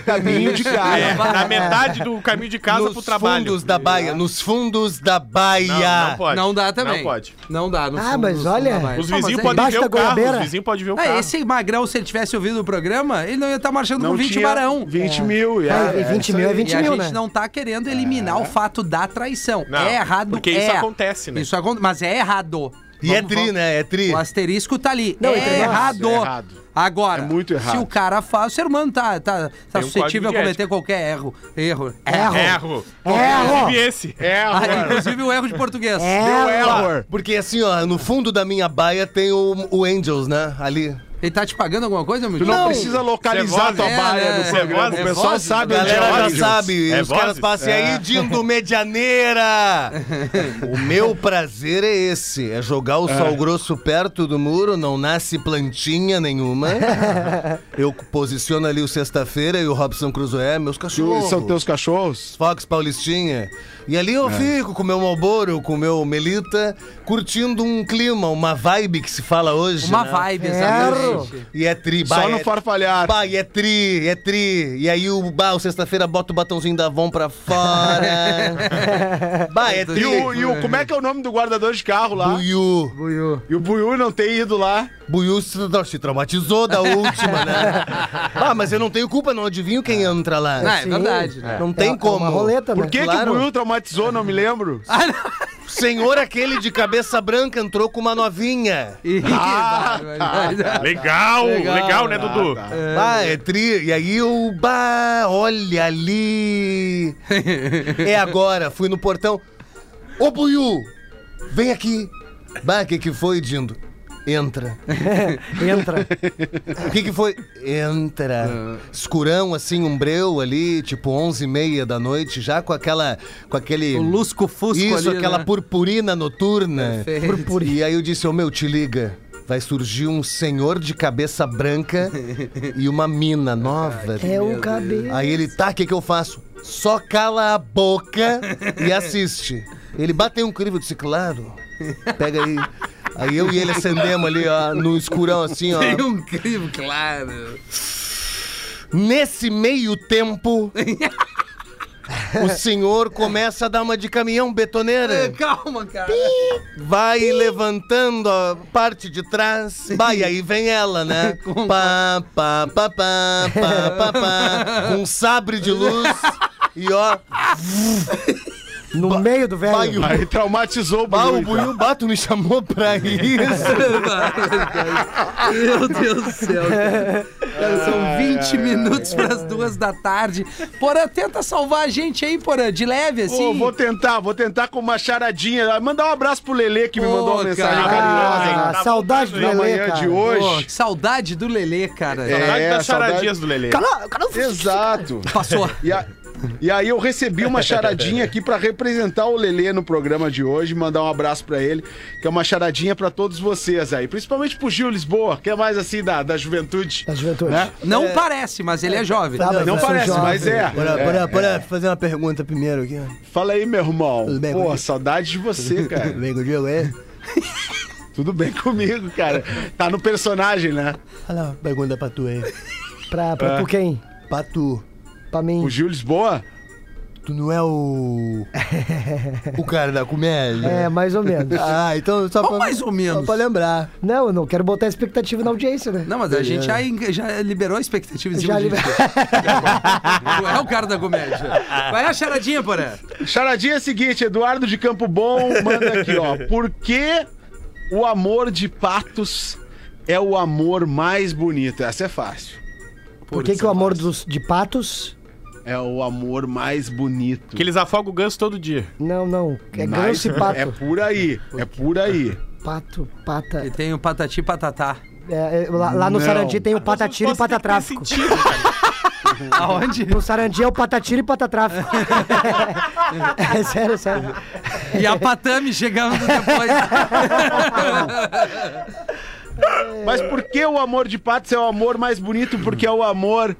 S3: caminho de casa.
S6: É, na metade do caminho de casa pro
S9: Nos
S6: trabalho.
S9: fundos da baia, nos fundos da
S6: Não,
S9: baia.
S6: não pode.
S2: Não dá também.
S6: Não pode.
S2: Não dá. no
S5: Ah,
S2: fundo-
S5: mas
S2: no fundo
S5: olha-
S2: da baia.
S6: Os
S2: Ah, mas
S6: vizinhos
S2: é-
S6: podem
S5: embaixo
S6: ver o
S5: da
S6: carro.
S5: goiabeira.
S6: Os vizinhos podem ver o
S2: Ah,
S6: carro.
S2: esse magrão, se ele tivesse ouvido o programa, ele não ia estar marchando com 20 barão.
S3: 20 mil, é.
S5: Ah, e 20 mil é
S2: E
S5: 20
S2: a
S5: mil,
S2: gente
S5: né?
S2: não tá querendo eliminar o fato da traição.
S6: Não,
S2: é errado.
S6: porque isso
S2: é.
S6: acontece, né?
S2: Isso acon- mas é errado.
S9: E é
S2: Vamos-
S9: tri,
S2: vamos-
S9: né? É tri.
S2: O asterisco tá ali.
S5: Não, então, entre nós,
S2: é, errado.
S3: é errado.
S2: Agora,
S3: É muito
S2: se
S3: errado.
S2: o cara faz, o ser humano tá, tá, tá
S6: um
S2: suscetível
S6: código
S2: a
S6: de
S2: cometer
S6: ética.
S2: qualquer erro. Erro.
S5: É, Erro.
S6: Erro.
S5: Erro.
S6: Inclusive esse.
S2: Ah,
S3: É,
S2: inclusive o erro de português.
S5: É. Erro.
S3: error.
S9: Porque assim, ó, no fundo da minha baia tem o, o Angels, né? Ali.
S2: Ele tá te pagando alguma coisa, meu
S3: Tu não, precisa
S6: Você é
S3: localizar tua
S6: voz,
S3: baia
S2: é,
S3: no
S2: é,
S3: programa.
S6: voz,
S3: o
S6: é
S3: pessoal
S2: voz,
S3: sabe onde é
S9: Galera já
S3: Origins.
S9: sabe,
S6: É
S9: os caras
S6: vozes?
S9: passam aí, Dindo Medianeira! o meu prazer é esse, é jogar o sal grosso perto do muro, não nasce plantinha nenhuma. Eu posiciono ali o Sexta-feira e o Robson Cruzoé, meus
S3: Tu-
S6: é.
S9: cachorros.
S3: São teus cachorros?
S9: Fox Paulistinha. E ali eu fico com o meu Malboro, com o meu Melita, curtindo um clima, uma vibe que se fala hoje.
S2: Uma
S9: né?
S2: vibe,
S5: Erro. Claro.
S9: E é tri.
S3: Só
S9: bah,
S3: no
S9: é-
S3: farfalhar.
S9: Bah, e é tri, é tri. E aí o bah, o sexta-feira bota o batomzinho da Avon pra fora. bah, é tri.
S3: E o, e o- como é que é o nome do guardador de carro lá?
S9: Buiu.
S3: E o Buiu não tem ido lá.
S9: Buiu se, não, se traumatizou da última, né? ah, mas eu não tenho culpa, não adivinho quem entra lá.
S2: Ah, é
S9: Sim.
S2: verdade, né?
S9: Não tem
S5: é,
S9: como.
S5: É uma roleta, né?
S3: Por que, que
S9: Claro.
S3: o Buiu traumatizou, não me lembro.
S9: Senhor aquele de cabeça branca entrou com uma novinha.
S2: Ih,
S3: Ah,
S2: vai,
S3: tá.
S2: vai, vai.
S6: Legal,
S2: Legal,
S6: legal, né, Dudu?
S9: Bah, é tri. E aí eu, bah, olha ali. É agora, fui no portão. Ô, Buiu, vem aqui. Bah, o que que foi, Dindo? Entra.
S5: Entra.
S9: O que que foi? Entra. Escurão, assim, um breu ali, tipo 11 e meia da noite, já com aquela, com aquele...
S2: O lusco-fusco ali,
S9: Isso, aquela
S2: né?
S9: purpurina noturna.
S2: Perfeito.
S9: Purpurina. E aí eu disse, ô meu, te liga. Vai surgir um senhor de cabeça branca e uma mina nova.
S5: É o cabelo.
S9: Aí ele, tá, o que, que eu faço? Só cala a boca e assiste. Ele bateu um crivo, eu disse, claro. Pega aí. Aí eu e ele acendemos ali, ó, no escurão, assim, ó.
S2: Tem um crime, claro.
S9: Nesse meio tempo, o senhor começa a dar uma de caminhão betoneira.
S2: É, Calma, cara.
S9: Vai levantando a parte de trás. Vai, aí vem ela, né? Pá, pá, pá, pá, pá, pá, pá. Um sabre de luz. E ó,
S5: No meio do velho.
S9: vai o
S3: Aí traumatizou o
S9: Bah,
S3: Buiu.
S9: o Buiu Bato me chamou pra isso.
S2: Meu Deus do céu. cara. Cara, São 20 minutos para as duas da tarde. Porã, tenta salvar a gente aí, Porã, de leve, assim.
S3: Pô, vou tentar, vou tentar com uma charadinha. Mandar um abraço pro Lelê que me
S2: Pô,
S3: mandou uma mensagem
S2: cara.
S3: carinhosa
S5: Ah, saudade do
S3: na
S5: Lelê,
S3: manhã
S5: cara.
S3: de
S2: Pô,
S3: hoje.
S2: que saudade do Lelê, cara.
S6: Saudade
S3: É,
S6: das
S3: saudade-
S6: charadinhas do Lelê.
S3: Exato.
S2: Passou.
S3: E, a- e aí eu recebi uma charadinha aqui pra representar o Lelê no programa de hoje, mandar um abraço pra ele, que é uma charadinha pra todos vocês aí, principalmente pro Gil Lisboa, que é mais assim da, da juventude.
S5: Da Tá, juventude.
S3: Né?
S2: Não parece, mas ele é jovem.
S5: Tá, mas
S3: Não
S5: eu sou
S3: parece,
S5: jovem.
S3: mas é.
S9: Bora,
S3: É.
S9: bora, bora fazer uma pergunta primeiro aqui.
S3: Fala aí, meu irmão.
S9: Tudo bem,
S3: Pô,
S9: Rodrigo?
S3: saudade de você, cara.
S9: Vem com o Diego aí.
S3: Tudo bem comigo, cara. Tá no personagem, né?
S9: Olha lá, uma pergunta pra tu aí.
S5: Pra, pra tu quem?
S9: Pra tu,
S5: Pra mim.
S3: O Gil Lisboa?
S9: tu não é o. o cara da comédia?
S5: É, mais ou menos.
S9: Ah, então só pra.
S2: mais ou menos.
S9: Só pra lembrar.
S5: Não, eu não quero botar expectativa na audiência, né?
S2: Não, mas a gente já, en- já liberou a expectativa em cima
S5: Já
S2: disso.
S5: liber-
S2: Tu é o cara da comédia. Vai a charadinha, Porã.
S3: Charadinha é a seguinte, Eduardo de Campo Bom manda aqui, ó. Por que o amor de patos é o amor mais bonito? Essa é fácil.
S5: Por que, que o amor dos, de patos?
S3: É o amor mais bonito.
S6: Que eles afogam o ganso todo dia.
S5: Não, não. É ganso e
S3: É
S5: pato.
S3: por aí, é por aí.
S5: Pato, pata.
S2: E tem o patati e patatá.
S5: É, é, lá, lá no
S3: Não.
S5: Sarandi tem o patatiro e
S6: Nossa, tem que ter
S5: patatráfico.
S6: sentido, cara.
S2: Aonde?
S5: No Sarandi é o patatiro e patatráfico. é sério, sério.
S2: E a patame chegando depois.
S3: Mas por que o amor de patos é o amor mais bonito? Porque é o amor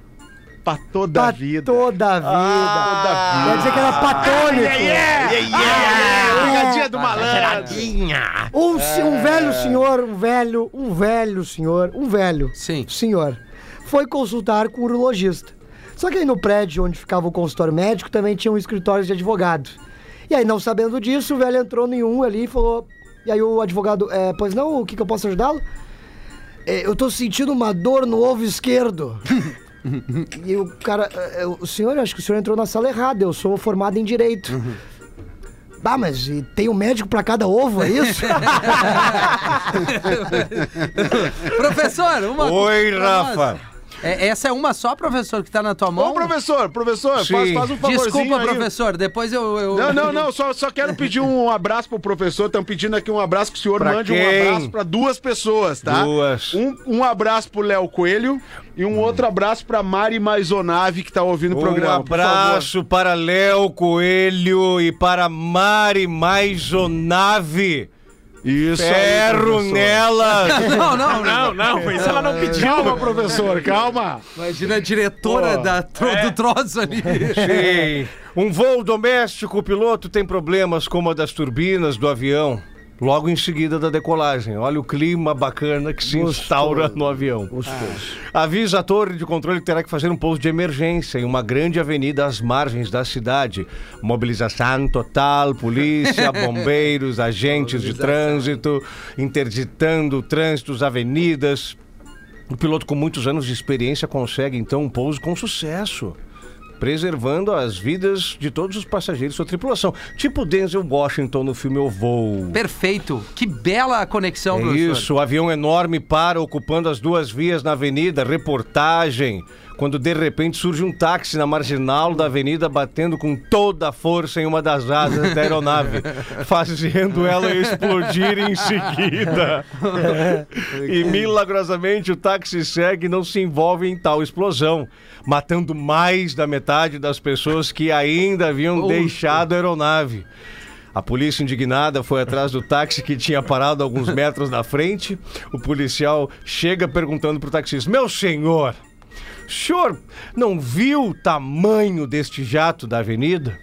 S3: pra toda a
S5: Pra
S3: vida.
S5: toda a vida. Quer dizer que era patônico.
S3: É.
S5: É.
S3: Pegadinha
S6: Ah,
S3: do malandro.
S5: Um, se- um velho senhor, um velho, um velho senhor, um velho
S2: Sim.
S5: senhor foi consultar com o urologista. Só que aí no prédio onde ficava o consultório médico também tinha um escritório de advogado. E aí, não sabendo disso, o velho entrou em um ali e falou. E aí o advogado, "É, pois não, o que, que eu posso ajudá-lo? "É, eu tô sentindo uma dor no ovo esquerdo. e o cara, "É, o senhor, eu acho que o senhor entrou na sala errada, eu sou formado em direito. Bah, mas e tem um médico pra cada ovo, é isso?
S2: professor, uma.
S4: Oi,
S2: pra nós.
S4: Rafa.
S2: É, essa é uma só, professor, que tá na tua mão?
S3: Ô, professor, professor, faz,
S9: Sim.
S3: faz um favorzinho
S2: Desculpa,
S3: aí.
S2: professor, depois eu. eu-
S3: Não, não, não, só, só quero pedir um abraço pro professor. Estão pedindo aqui um abraço que o senhor
S4: Pra
S3: mande
S4: quem?
S3: um abraço pra duas pessoas, tá?
S4: Duas.
S3: Um, um abraço pro Léo Coelho e um outro abraço pra Mari Maisonave, que tá ouvindo o programa.
S4: um abraço para Léo Coelho e para Mari
S3: Por
S4: Maisonave.
S3: favor. Isso. aí,
S4: Ferro
S3: professor.
S4: nelas.
S2: não, não,
S6: Não, não, isso ela não pediu.
S3: Calma, professor, calma.
S2: Imagina a diretora
S3: Pô, é.
S2: da tro- do troço ali.
S4: Sim. Um voo doméstico, o piloto tem problemas como a das turbinas do avião. logo em seguida da decolagem. Olha o clima bacana que se instaura no avião. Avisa a torre de controle que terá que fazer um pouso de emergência em uma grande avenida às margens da cidade. Mobilização total, polícia, bombeiros, agentes de trânsito, interditando trânsitos, avenidas. O piloto com muitos anos de experiência consegue então um pouso com sucesso, preservando as vidas de todos os passageiros e sua tripulação. Tipo Denzel Washington no filme Eu Vou.
S2: Perfeito. Que bela conexão,
S4: É
S2: professor.
S4: isso, o avião enorme para ocupando as duas vias na avenida, reportagem. Quando de repente surge um táxi na marginal da avenida batendo com toda a força em uma das asas da aeronave, fazendo ela explodir em seguida. e milagrosamente o táxi segue e não se envolve em tal explosão, matando mais da metade das pessoas que ainda haviam deixado a aeronave. A polícia indignada foi atrás do táxi que tinha parado alguns metros na frente. O policial chega perguntando pro taxista: Meu senhor, o senhor não viu o tamanho deste jato da avenida?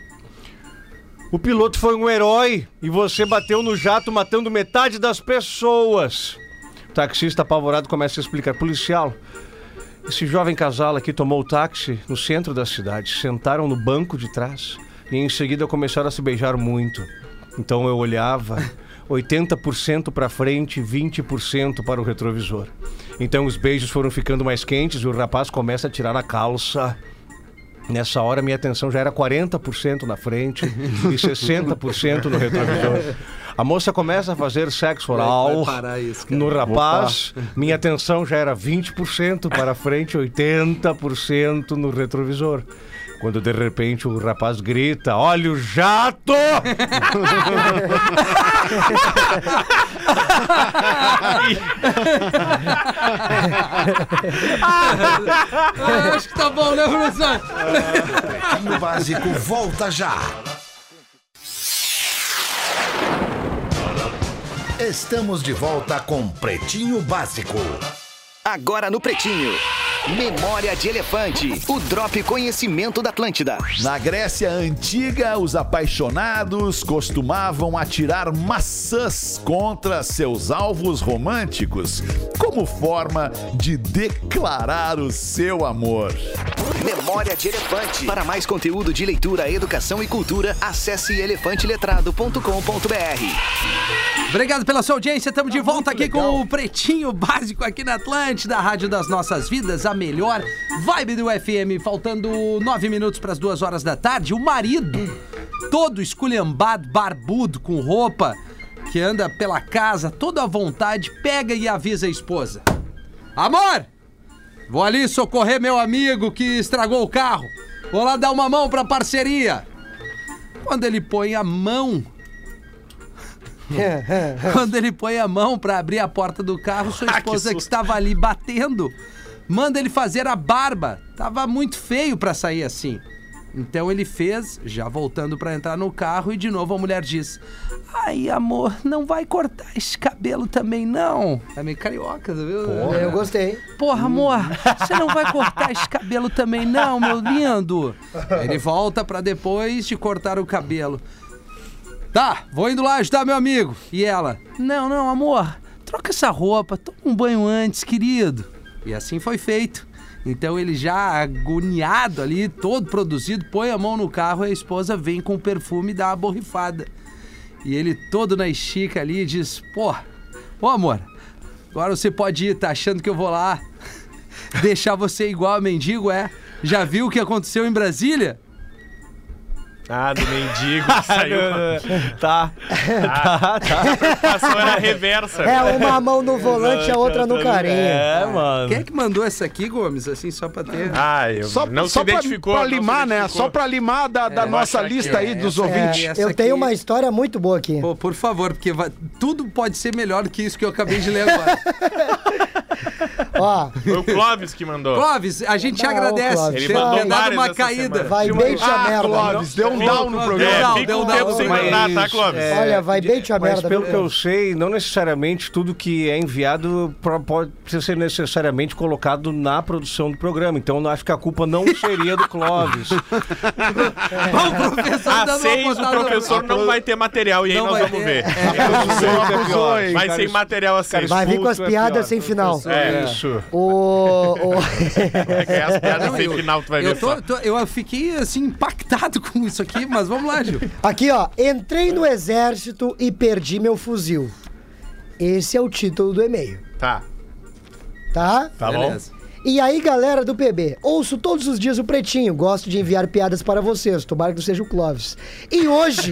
S4: O piloto foi um herói e você bateu no jato matando metade das pessoas. O taxista apavorado começa a explicar: Policial, esse jovem casal aqui tomou o táxi no centro da cidade, sentaram no banco de trás e em seguida começaram a se beijar muito. Então eu olhava 80% para frente, 20% para o retrovisor. Então os beijos foram ficando mais quentes e o rapaz começa a tirar a calça. Nessa hora, minha atenção já era 40% na frente e 60% no retrovisor. A moça começa a fazer sexo oral
S2: parar isso, cara.
S4: no rapaz. Minha atenção já era 20% para frente, 80% no retrovisor. Quando de repente o rapaz grita: Olha o jato!
S2: Ah, acho que tá bom, né, professor?
S1: No básico, volta já. Estamos de volta com Pretinho Básico.
S10: Agora no Pretinho. Memória de Elefante. O Drop Conhecimento da Atlântida.
S1: Na Grécia antiga, os apaixonados costumavam atirar maçãs contra seus alvos românticos como forma de declarar o seu amor.
S10: Memória de Elefante. Para mais conteúdo de leitura, educação e cultura, acesse elefanteletrado.com.br.
S2: Obrigado pela sua audiência. Estamos de volta aqui com o Pretinho Básico aqui na Atlântida, a Rádio das Nossas Vidas, a melhor vibe do FM. Faltando nove minutos para as duas horas da tarde. O marido, todo esculhambado, barbudo, com roupa, que anda pela casa toda à vontade, pega e avisa a esposa: Amor, vou ali socorrer meu amigo que estragou o carro. Vou lá dar uma mão para parceria. Quando ele põe a mão quando ele põe a mão pra abrir a porta do carro, sua esposa que, estava ali batendo, manda ele fazer a barba. Tava muito feio pra sair assim. Então ele fez, já voltando pra entrar no carro e de novo a mulher diz: "Ai, amor, não vai cortar esse cabelo também não". É meio carioca, É, viu?
S5: Eu gostei.
S2: Porra, amor, você não vai cortar esse cabelo também, não, meu lindo? Ele volta pra depois de cortar o cabelo. Tá, vou indo lá ajudar meu amigo. E ela? Não, não, amor, troca essa roupa, toma um banho antes, querido. E assim foi feito. Então ele já agoniado ali, todo produzido, põe a mão no carro e a esposa vem com o perfume e dá uma borrifada. E ele todo na estica ali diz: Pô, ô amor, agora você pode ir, tá achando que eu vou lá deixar você igual a mendigo, é? Já viu o que aconteceu em Brasília?
S6: Ah, do mendigo que saiu.
S4: tá. tá, tá.
S6: Ah. Passou era reversa.
S5: É, uma mão no volante, a outra no carinho.
S4: É, mano.
S2: Quem é que mandou essa aqui, Gomes? Assim, só pra ter.
S6: né? Ah, eu
S3: Só,
S6: não
S3: só
S6: se identificou.
S3: pra, pra
S6: não se
S3: limar, né?
S6: identificou.
S3: Só pra limar da, da nossa
S6: acho que
S3: lista
S6: é.
S3: aí dos
S5: É,
S3: ouvintes.
S2: essa
S5: eu
S2: aqui-
S5: tenho uma história muito boa aqui.
S2: Pô, por favor, porque vai- tudo pode ser melhor do que isso que eu acabei de ler agora.
S5: Ó,
S6: Foi o Clóvis que mandou.
S2: Clóvis, a gente
S5: Não,
S2: agradece
S5: Clóvis.
S2: por
S6: Ele
S2: ter
S6: mandou
S2: dado
S6: várias
S2: uma
S6: essa
S2: caída.
S6: semana.
S5: vai deite a
S3: Ah,
S5: merda.
S3: Clóvis, deu um down no
S2: Deu
S6: É,
S2: um
S3: programa.
S2: down,
S6: fica
S2: deu
S6: um
S2: um
S6: tempo
S2: down.
S6: sem
S2: Mas-
S6: mandar, tá, Clóvis?
S4: É.
S5: Olha, vai deite a
S4: Mas
S5: merda. né?
S4: pelo que eu
S5: Deus.
S4: sei, não necessariamente tudo que é enviado pro- pode precisa ser necessariamente colocado na produção do programa. Então eu acho que a culpa não seria do Clóvis.
S2: Bom, o professor
S6: Às
S2: dando
S6: seis
S2: uma
S6: o
S2: botada no-
S6: professor não vai ter material e aí
S2: Não
S6: nós
S2: vai
S6: vamos
S2: ter,
S6: ver.
S3: É. Acusou, hein?
S6: Vai sem material assim.
S5: Vai vir com as
S4: Puto é
S5: piadas
S4: pior,
S5: sem final.
S6: É,
S4: Isso.
S5: O,
S6: vai ganhar as piadas
S2: Não,
S6: sem
S2: eu-
S6: final, tu vai
S2: eu
S6: ver
S2: tô-
S6: só.
S2: tô- eu fiquei assim impactado com isso aqui, mas vamos lá, Gil.
S5: Aqui, ó. Entrei no exército e perdi meu fuzil. Esse é o título do e-mail,
S6: Tá.
S5: tá?
S3: Tá bom?
S5: E aí, galera do PB, ouço todos os dias o Pretinho, gosto de enviar piadas para vocês, tomara que não seja o Clóvis. E hoje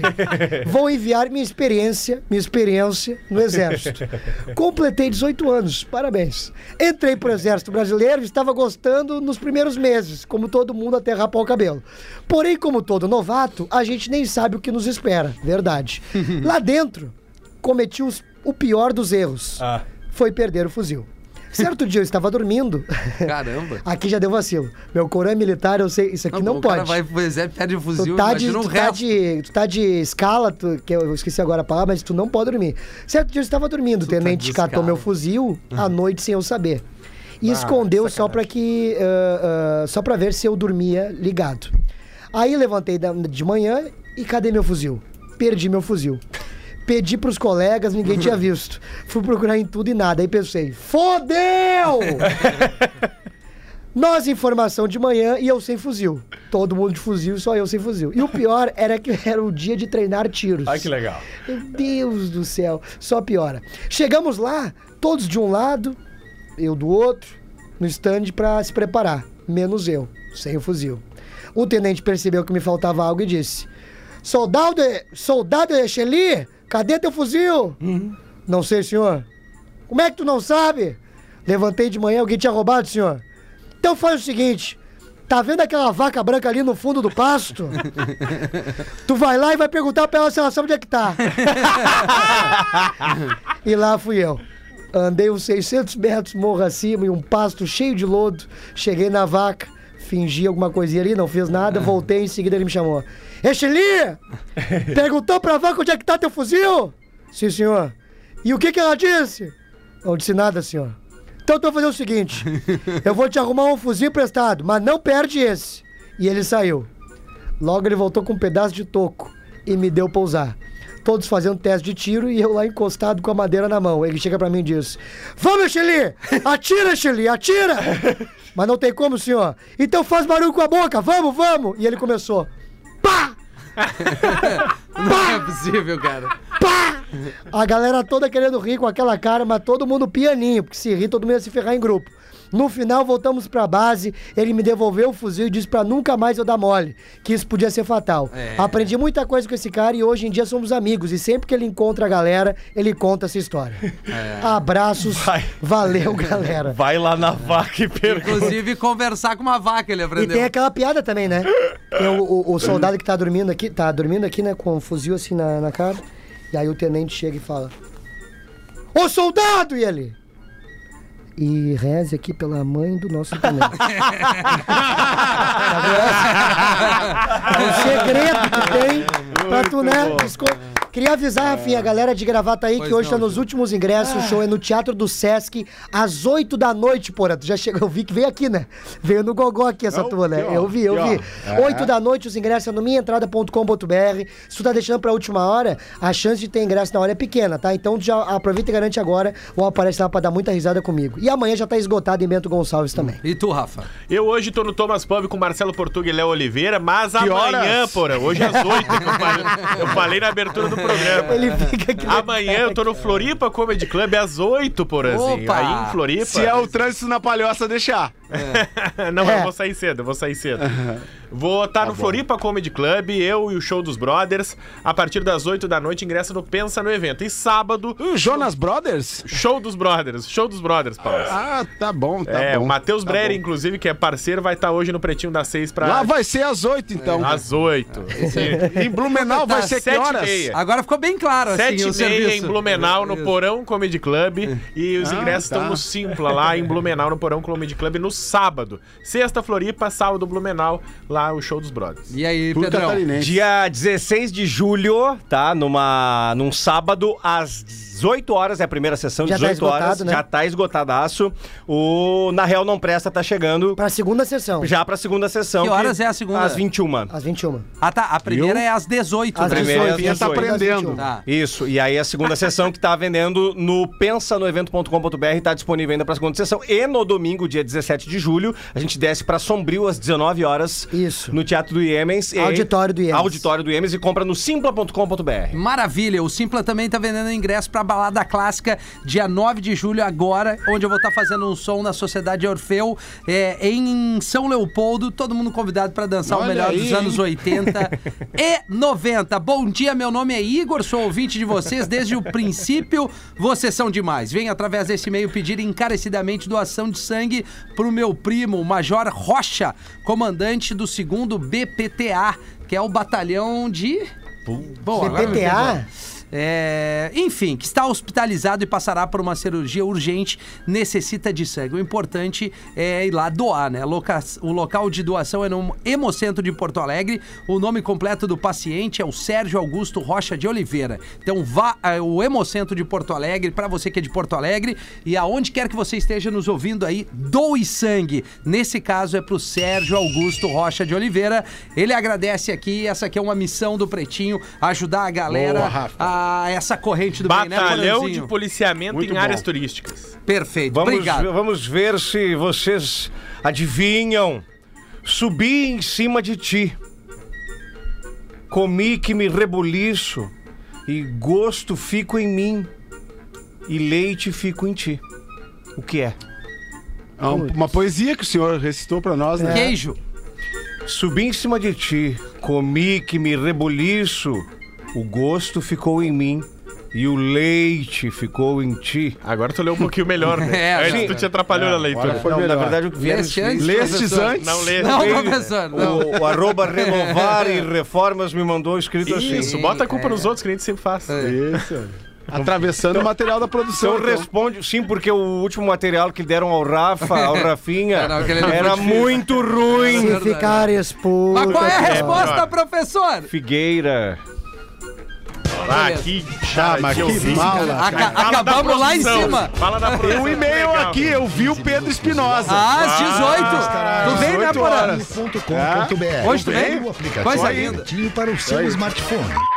S5: vou enviar minha experiência, minha experiência no Exército. Completei 18 anos, parabéns. Entrei pro Exército Brasileiro e estava gostando nos primeiros meses, como todo mundo até rapar o cabelo. Porém, como todo novato, a gente nem sabe o que nos espera, verdade. Lá dentro, cometi os- o pior dos erros. Foi perder o fuzil. Certo dia eu estava dormindo.
S2: Caramba. Tá
S5: Aqui já deu vacilo. Meu coro é militar, eu sei, isso aqui não,
S2: o
S5: pode.
S2: cara vai pro exército, perde o fuzil,
S5: Tu tá, de,
S2: imagina um
S5: tu, tá
S2: resto.
S5: de, tu tá de escala, tu- que eu esqueci agora a palavra, mas tu não pode dormir. Certo dia eu estava dormindo, o tenente
S2: tá de
S5: catou
S2: escala. Uhum. Ah,
S5: meu fuzil à noite sem eu saber. E escondeu só pra que. ah, ah, só pra ver se eu dormia ligado. Aí levantei da- de manhã e cadê meu fuzil? Perdi meu fuzil. Pedi pros colegas, ninguém tinha visto. Fui procurar em tudo e nada. Aí pensei, fodeu! Nós em formação de manhã e eu sem fuzil. Todo mundo de fuzil, só eu sem fuzil. E o pior era que era o dia de treinar tiros. Ai, que legal. Meu Deus do céu, só piora. Chegamos lá, todos de um lado, eu do outro, no stand pra se preparar. Menos eu, sem o fuzil. O tenente percebeu que me faltava algo e disse: Soldado, soldado Echeli, cadê teu fuzil? Não sei, senhor. Como é que tu não sabe? Levantei de manhã, alguém tinha roubado, senhor. Então faz o seguinte: tá vendo aquela vaca branca ali no fundo do pasto? tu vai lá e vai perguntar pra ela se ela sabe onde é que tá. e lá fui eu. Andei uns 600 metros morro acima em um pasto cheio de lodo. Cheguei na vaca, fingi alguma coisinha ali, não fiz nada. Voltei, em seguida ele me chamou: Echeli! Perguntou pra vaca onde é que tá teu fuzil? Sim, senhor. E o que que ela disse? Não disse nada, senhor. Então tu vai fazer o seguinte: eu vou te arrumar um fuzil emprestado, mas não perde esse. E ele saiu. Logo ele voltou com um pedaço de toco e me deu pra usar. Todos fazendo teste de tiro e eu lá encostado com a madeira na mão. Ele chega pra mim e diz: Vamos, Chili! Atira, Chili! Atira! Mas não tem como, senhor. Então faz barulho com a boca, vamos, vamos! E ele começou: Pá!
S2: Não é possível, cara.
S5: Pá! A galera toda querendo rir com aquela cara, mas todo mundo pianinho, porque se rir, todo mundo ia se ferrar em grupo. No final, voltamos pra base, ele me devolveu o fuzil e disse pra nunca mais eu dar mole, que isso podia ser fatal. Aprendi muita coisa com esse cara e hoje em dia somos amigos, e sempre que ele encontra a galera, ele conta essa história. Abraços, valeu, galera.
S4: Vai lá na vaca e pergunta.
S2: Inclusive, conversar com uma vaca, ele
S5: E
S2: aprendeu.
S5: tem aquela piada também, né? Tem o, o- o soldado que tá dormindo aqui, tá dormindo aqui, né? Com um fuzil assim na, na cara. E aí o tenente chega e fala: Ô soldado! E ele. E reze aqui pela mãe do nosso tenente. o É um segredo que
S3: É
S5: tem pra tu, né? desco- Queria avisar, Rafinha, a galera de gravata aí,
S2: É. Pois
S5: que hoje
S2: não,
S5: tá nos últimos ingressos. O show é no Teatro do Sesc, às 8 da noite, porra. Tu já chegou, eu vi que veio aqui, né? Veio no gogó aqui essa
S3: Não,
S5: tua, né?
S3: aqui, ó, É.
S5: eu vi, eu
S3: aqui,
S5: vi. 8 da noite, os ingressos são no minhaentrada.com.br. Se tu tá deixando pra última hora, a chance de ter ingresso na hora é pequena, tá? Então já aproveita e garante agora ou aparece lá pra dar muita risada comigo. E amanhã já tá esgotado em Bento Gonçalves também.
S2: E tu, Rafa?
S6: Eu hoje tô no Thomas Pub com Marcelo Portuga e Léo Oliveira, mas amanhã,
S3: horas?
S6: porra, hoje às 8, que eu falei, eu falei na abertura do programa.
S5: Ele fica aqui.
S6: Amanhã eu tô no Floripa Comedy Club às 8, porazinho.
S2: Opa!
S6: Aí em Floripa.
S3: Se é o trânsito na palhoça, deixar.
S6: Não,
S5: É.
S6: eu vou sair cedo, eu vou sair cedo. Vou estar
S3: Tá
S6: no Floripa Comedy Club, eu e o Show dos Brothers, a partir das 8 da noite, ingresso no Pensa no Evento. E sábado,
S3: O Jonas Brothers?
S6: Show dos Brothers, Show dos Brothers, Paulo.
S3: Ah, tá bom, tá
S6: é,
S3: bom.
S6: o Matheus
S3: tá
S6: Breyer,
S3: bom.
S6: inclusive, que é parceiro, vai estar hoje no Pretinho das 6 pra...
S3: Lá vai ser às oito, então.
S6: Às 8.
S2: É,
S3: Em Blumenau vai
S6: Às
S3: ser que
S6: sete e
S3: horas?
S6: meia.
S2: Agora agora ficou bem claro assim,
S6: Sete
S2: o
S6: e meia em
S2: serviço.
S6: Blumenau, no
S2: Isso.
S6: Porão Comedy Club. E os
S3: Ah,
S6: ingressos
S3: tá.
S6: estão no Simpla, lá em Blumenau, no Porão Comedy Club, no sábado. Sexta, Floripa, sábado, Blumenau, lá o show dos brothers.
S2: E aí,
S3: Tudo
S2: Pedrão?
S3: catarinense.
S4: Dia 16 de julho, tá? Numa, num sábado, às 18 horas, é a primeira sessão,
S5: Já tá
S4: 18 horas.
S5: esgotado, né?
S4: Já tá esgotadaço. O Na Real Não Presta tá chegando
S5: Pra segunda sessão,
S4: já pra segunda sessão.
S2: Que horas é a segunda?
S4: Às 21.
S5: às 21.
S2: Ah, tá. A primeira é às 18.
S5: Às
S2: né?
S4: Primeira é às
S3: Sofinha tá
S4: 18.
S3: aprendendo.
S2: Tá.
S4: Isso, e aí a segunda sessão que tá vendendo no pensanoevento.com.br tá disponível ainda pra segunda sessão. E no domingo, dia 17 de julho, a gente desce pra Sombrio às 19 horas.
S5: Isso.
S4: No Teatro do Iemens. e-
S5: Auditório do Iemens.
S4: Auditório do Iemens e compra no simpla.com.br.
S2: Maravilha, o Simpla também tá vendendo ingresso pra balada clássica dia 9 de julho agora, onde eu vou estar fazendo um som na Sociedade Orfeu é, em São Leopoldo, todo mundo convidado pra dançar o
S3: Olha
S2: melhor
S3: aí,
S2: dos
S3: hein?
S2: anos 80 e 90. Bom dia, meu nome é Igor, sou ouvinte de vocês desde o princípio, vocês são demais. Venho através desse e-mail pedir encarecidamente doação de sangue pro meu primo, o Major Rocha, comandante do 2 BPTA, que é o batalhão de... Bom, agora me
S5: PPA?
S2: pegou. É, enfim, que está hospitalizado e passará por uma cirurgia urgente, necessita de sangue. O importante é ir lá doar, né? Loca- O local de doação é no Hemocentro de Porto Alegre. O nome completo do paciente é o Sérgio Augusto Rocha de Oliveira. Então vá ao Hemocentro de Porto Alegre, para você que é de Porto Alegre e aonde quer que você esteja nos ouvindo aí, doe sangue. Nesse caso é pro Sérgio Augusto Rocha de Oliveira. Ele agradece aqui, essa aqui é uma missão do Pretinho, ajudar a galera
S3: Boa, Rafa.
S2: a essa corrente do bem, né,
S6: Batalhão de
S2: Porãozinho?
S6: policiamento
S3: Muito
S6: em
S3: bom.
S6: áreas turísticas.
S2: Perfeito,
S4: Vamos,
S2: obrigado.
S4: vamos ver se vocês adivinham. Subi em cima de ti. Comi que me rebuliço. E gosto fico em mim. E leite fico em ti. O que é?
S3: É um- Uma poesia que o senhor recitou pra nós, né?
S2: Queijo.
S4: Subi em cima de ti. Comi que me rebuliço. O gosto ficou em mim. E o leite ficou em ti.
S6: Agora tu leu um pouquinho melhor, né?
S2: É,
S6: Antes
S2: sim.
S6: tu te atrapalhou na leitura.
S3: Agora foi
S4: Não, na
S3: melhor.
S4: verdade, o que vieram
S2: Leste antes,
S3: Lestes
S2: professor?
S3: antes.
S6: Não lê. assim.
S2: Não,
S4: Veio-
S2: professor, não.
S4: O, o arroba renovar e reformas me mandou escrito assim.
S6: Isso, bota a
S2: É.
S6: culpa nos outros que a gente sempre faz.
S3: Isso. Atravessando o material da produção.
S4: Então
S3: então.
S4: responde, sim, porque o último material que deram ao Rafa, ao Rafinha,
S2: Era É, aquele ali
S4: era
S2: muito difícil.
S4: muito
S5: Se
S4: ruim.
S5: ficar exposto...
S2: Mas qual é a
S5: aqui, ó.
S2: resposta, professor?
S4: Figueira.
S6: Ah, que
S3: Ah, mas
S6: eu
S3: que
S6: vi,
S3: mala.
S2: Aca- acabamos lá em cima.
S6: Fala da
S3: Tem
S6: produção.
S3: um e-mail
S6: legal.
S3: aqui, eu vi o Pedro Espinosa.
S2: Às 18. Tu vem, né, Porã?
S3: horas.
S2: Hoje tu
S3: vem?
S2: vem? Coisa linda.
S1: Para o seu smartphone.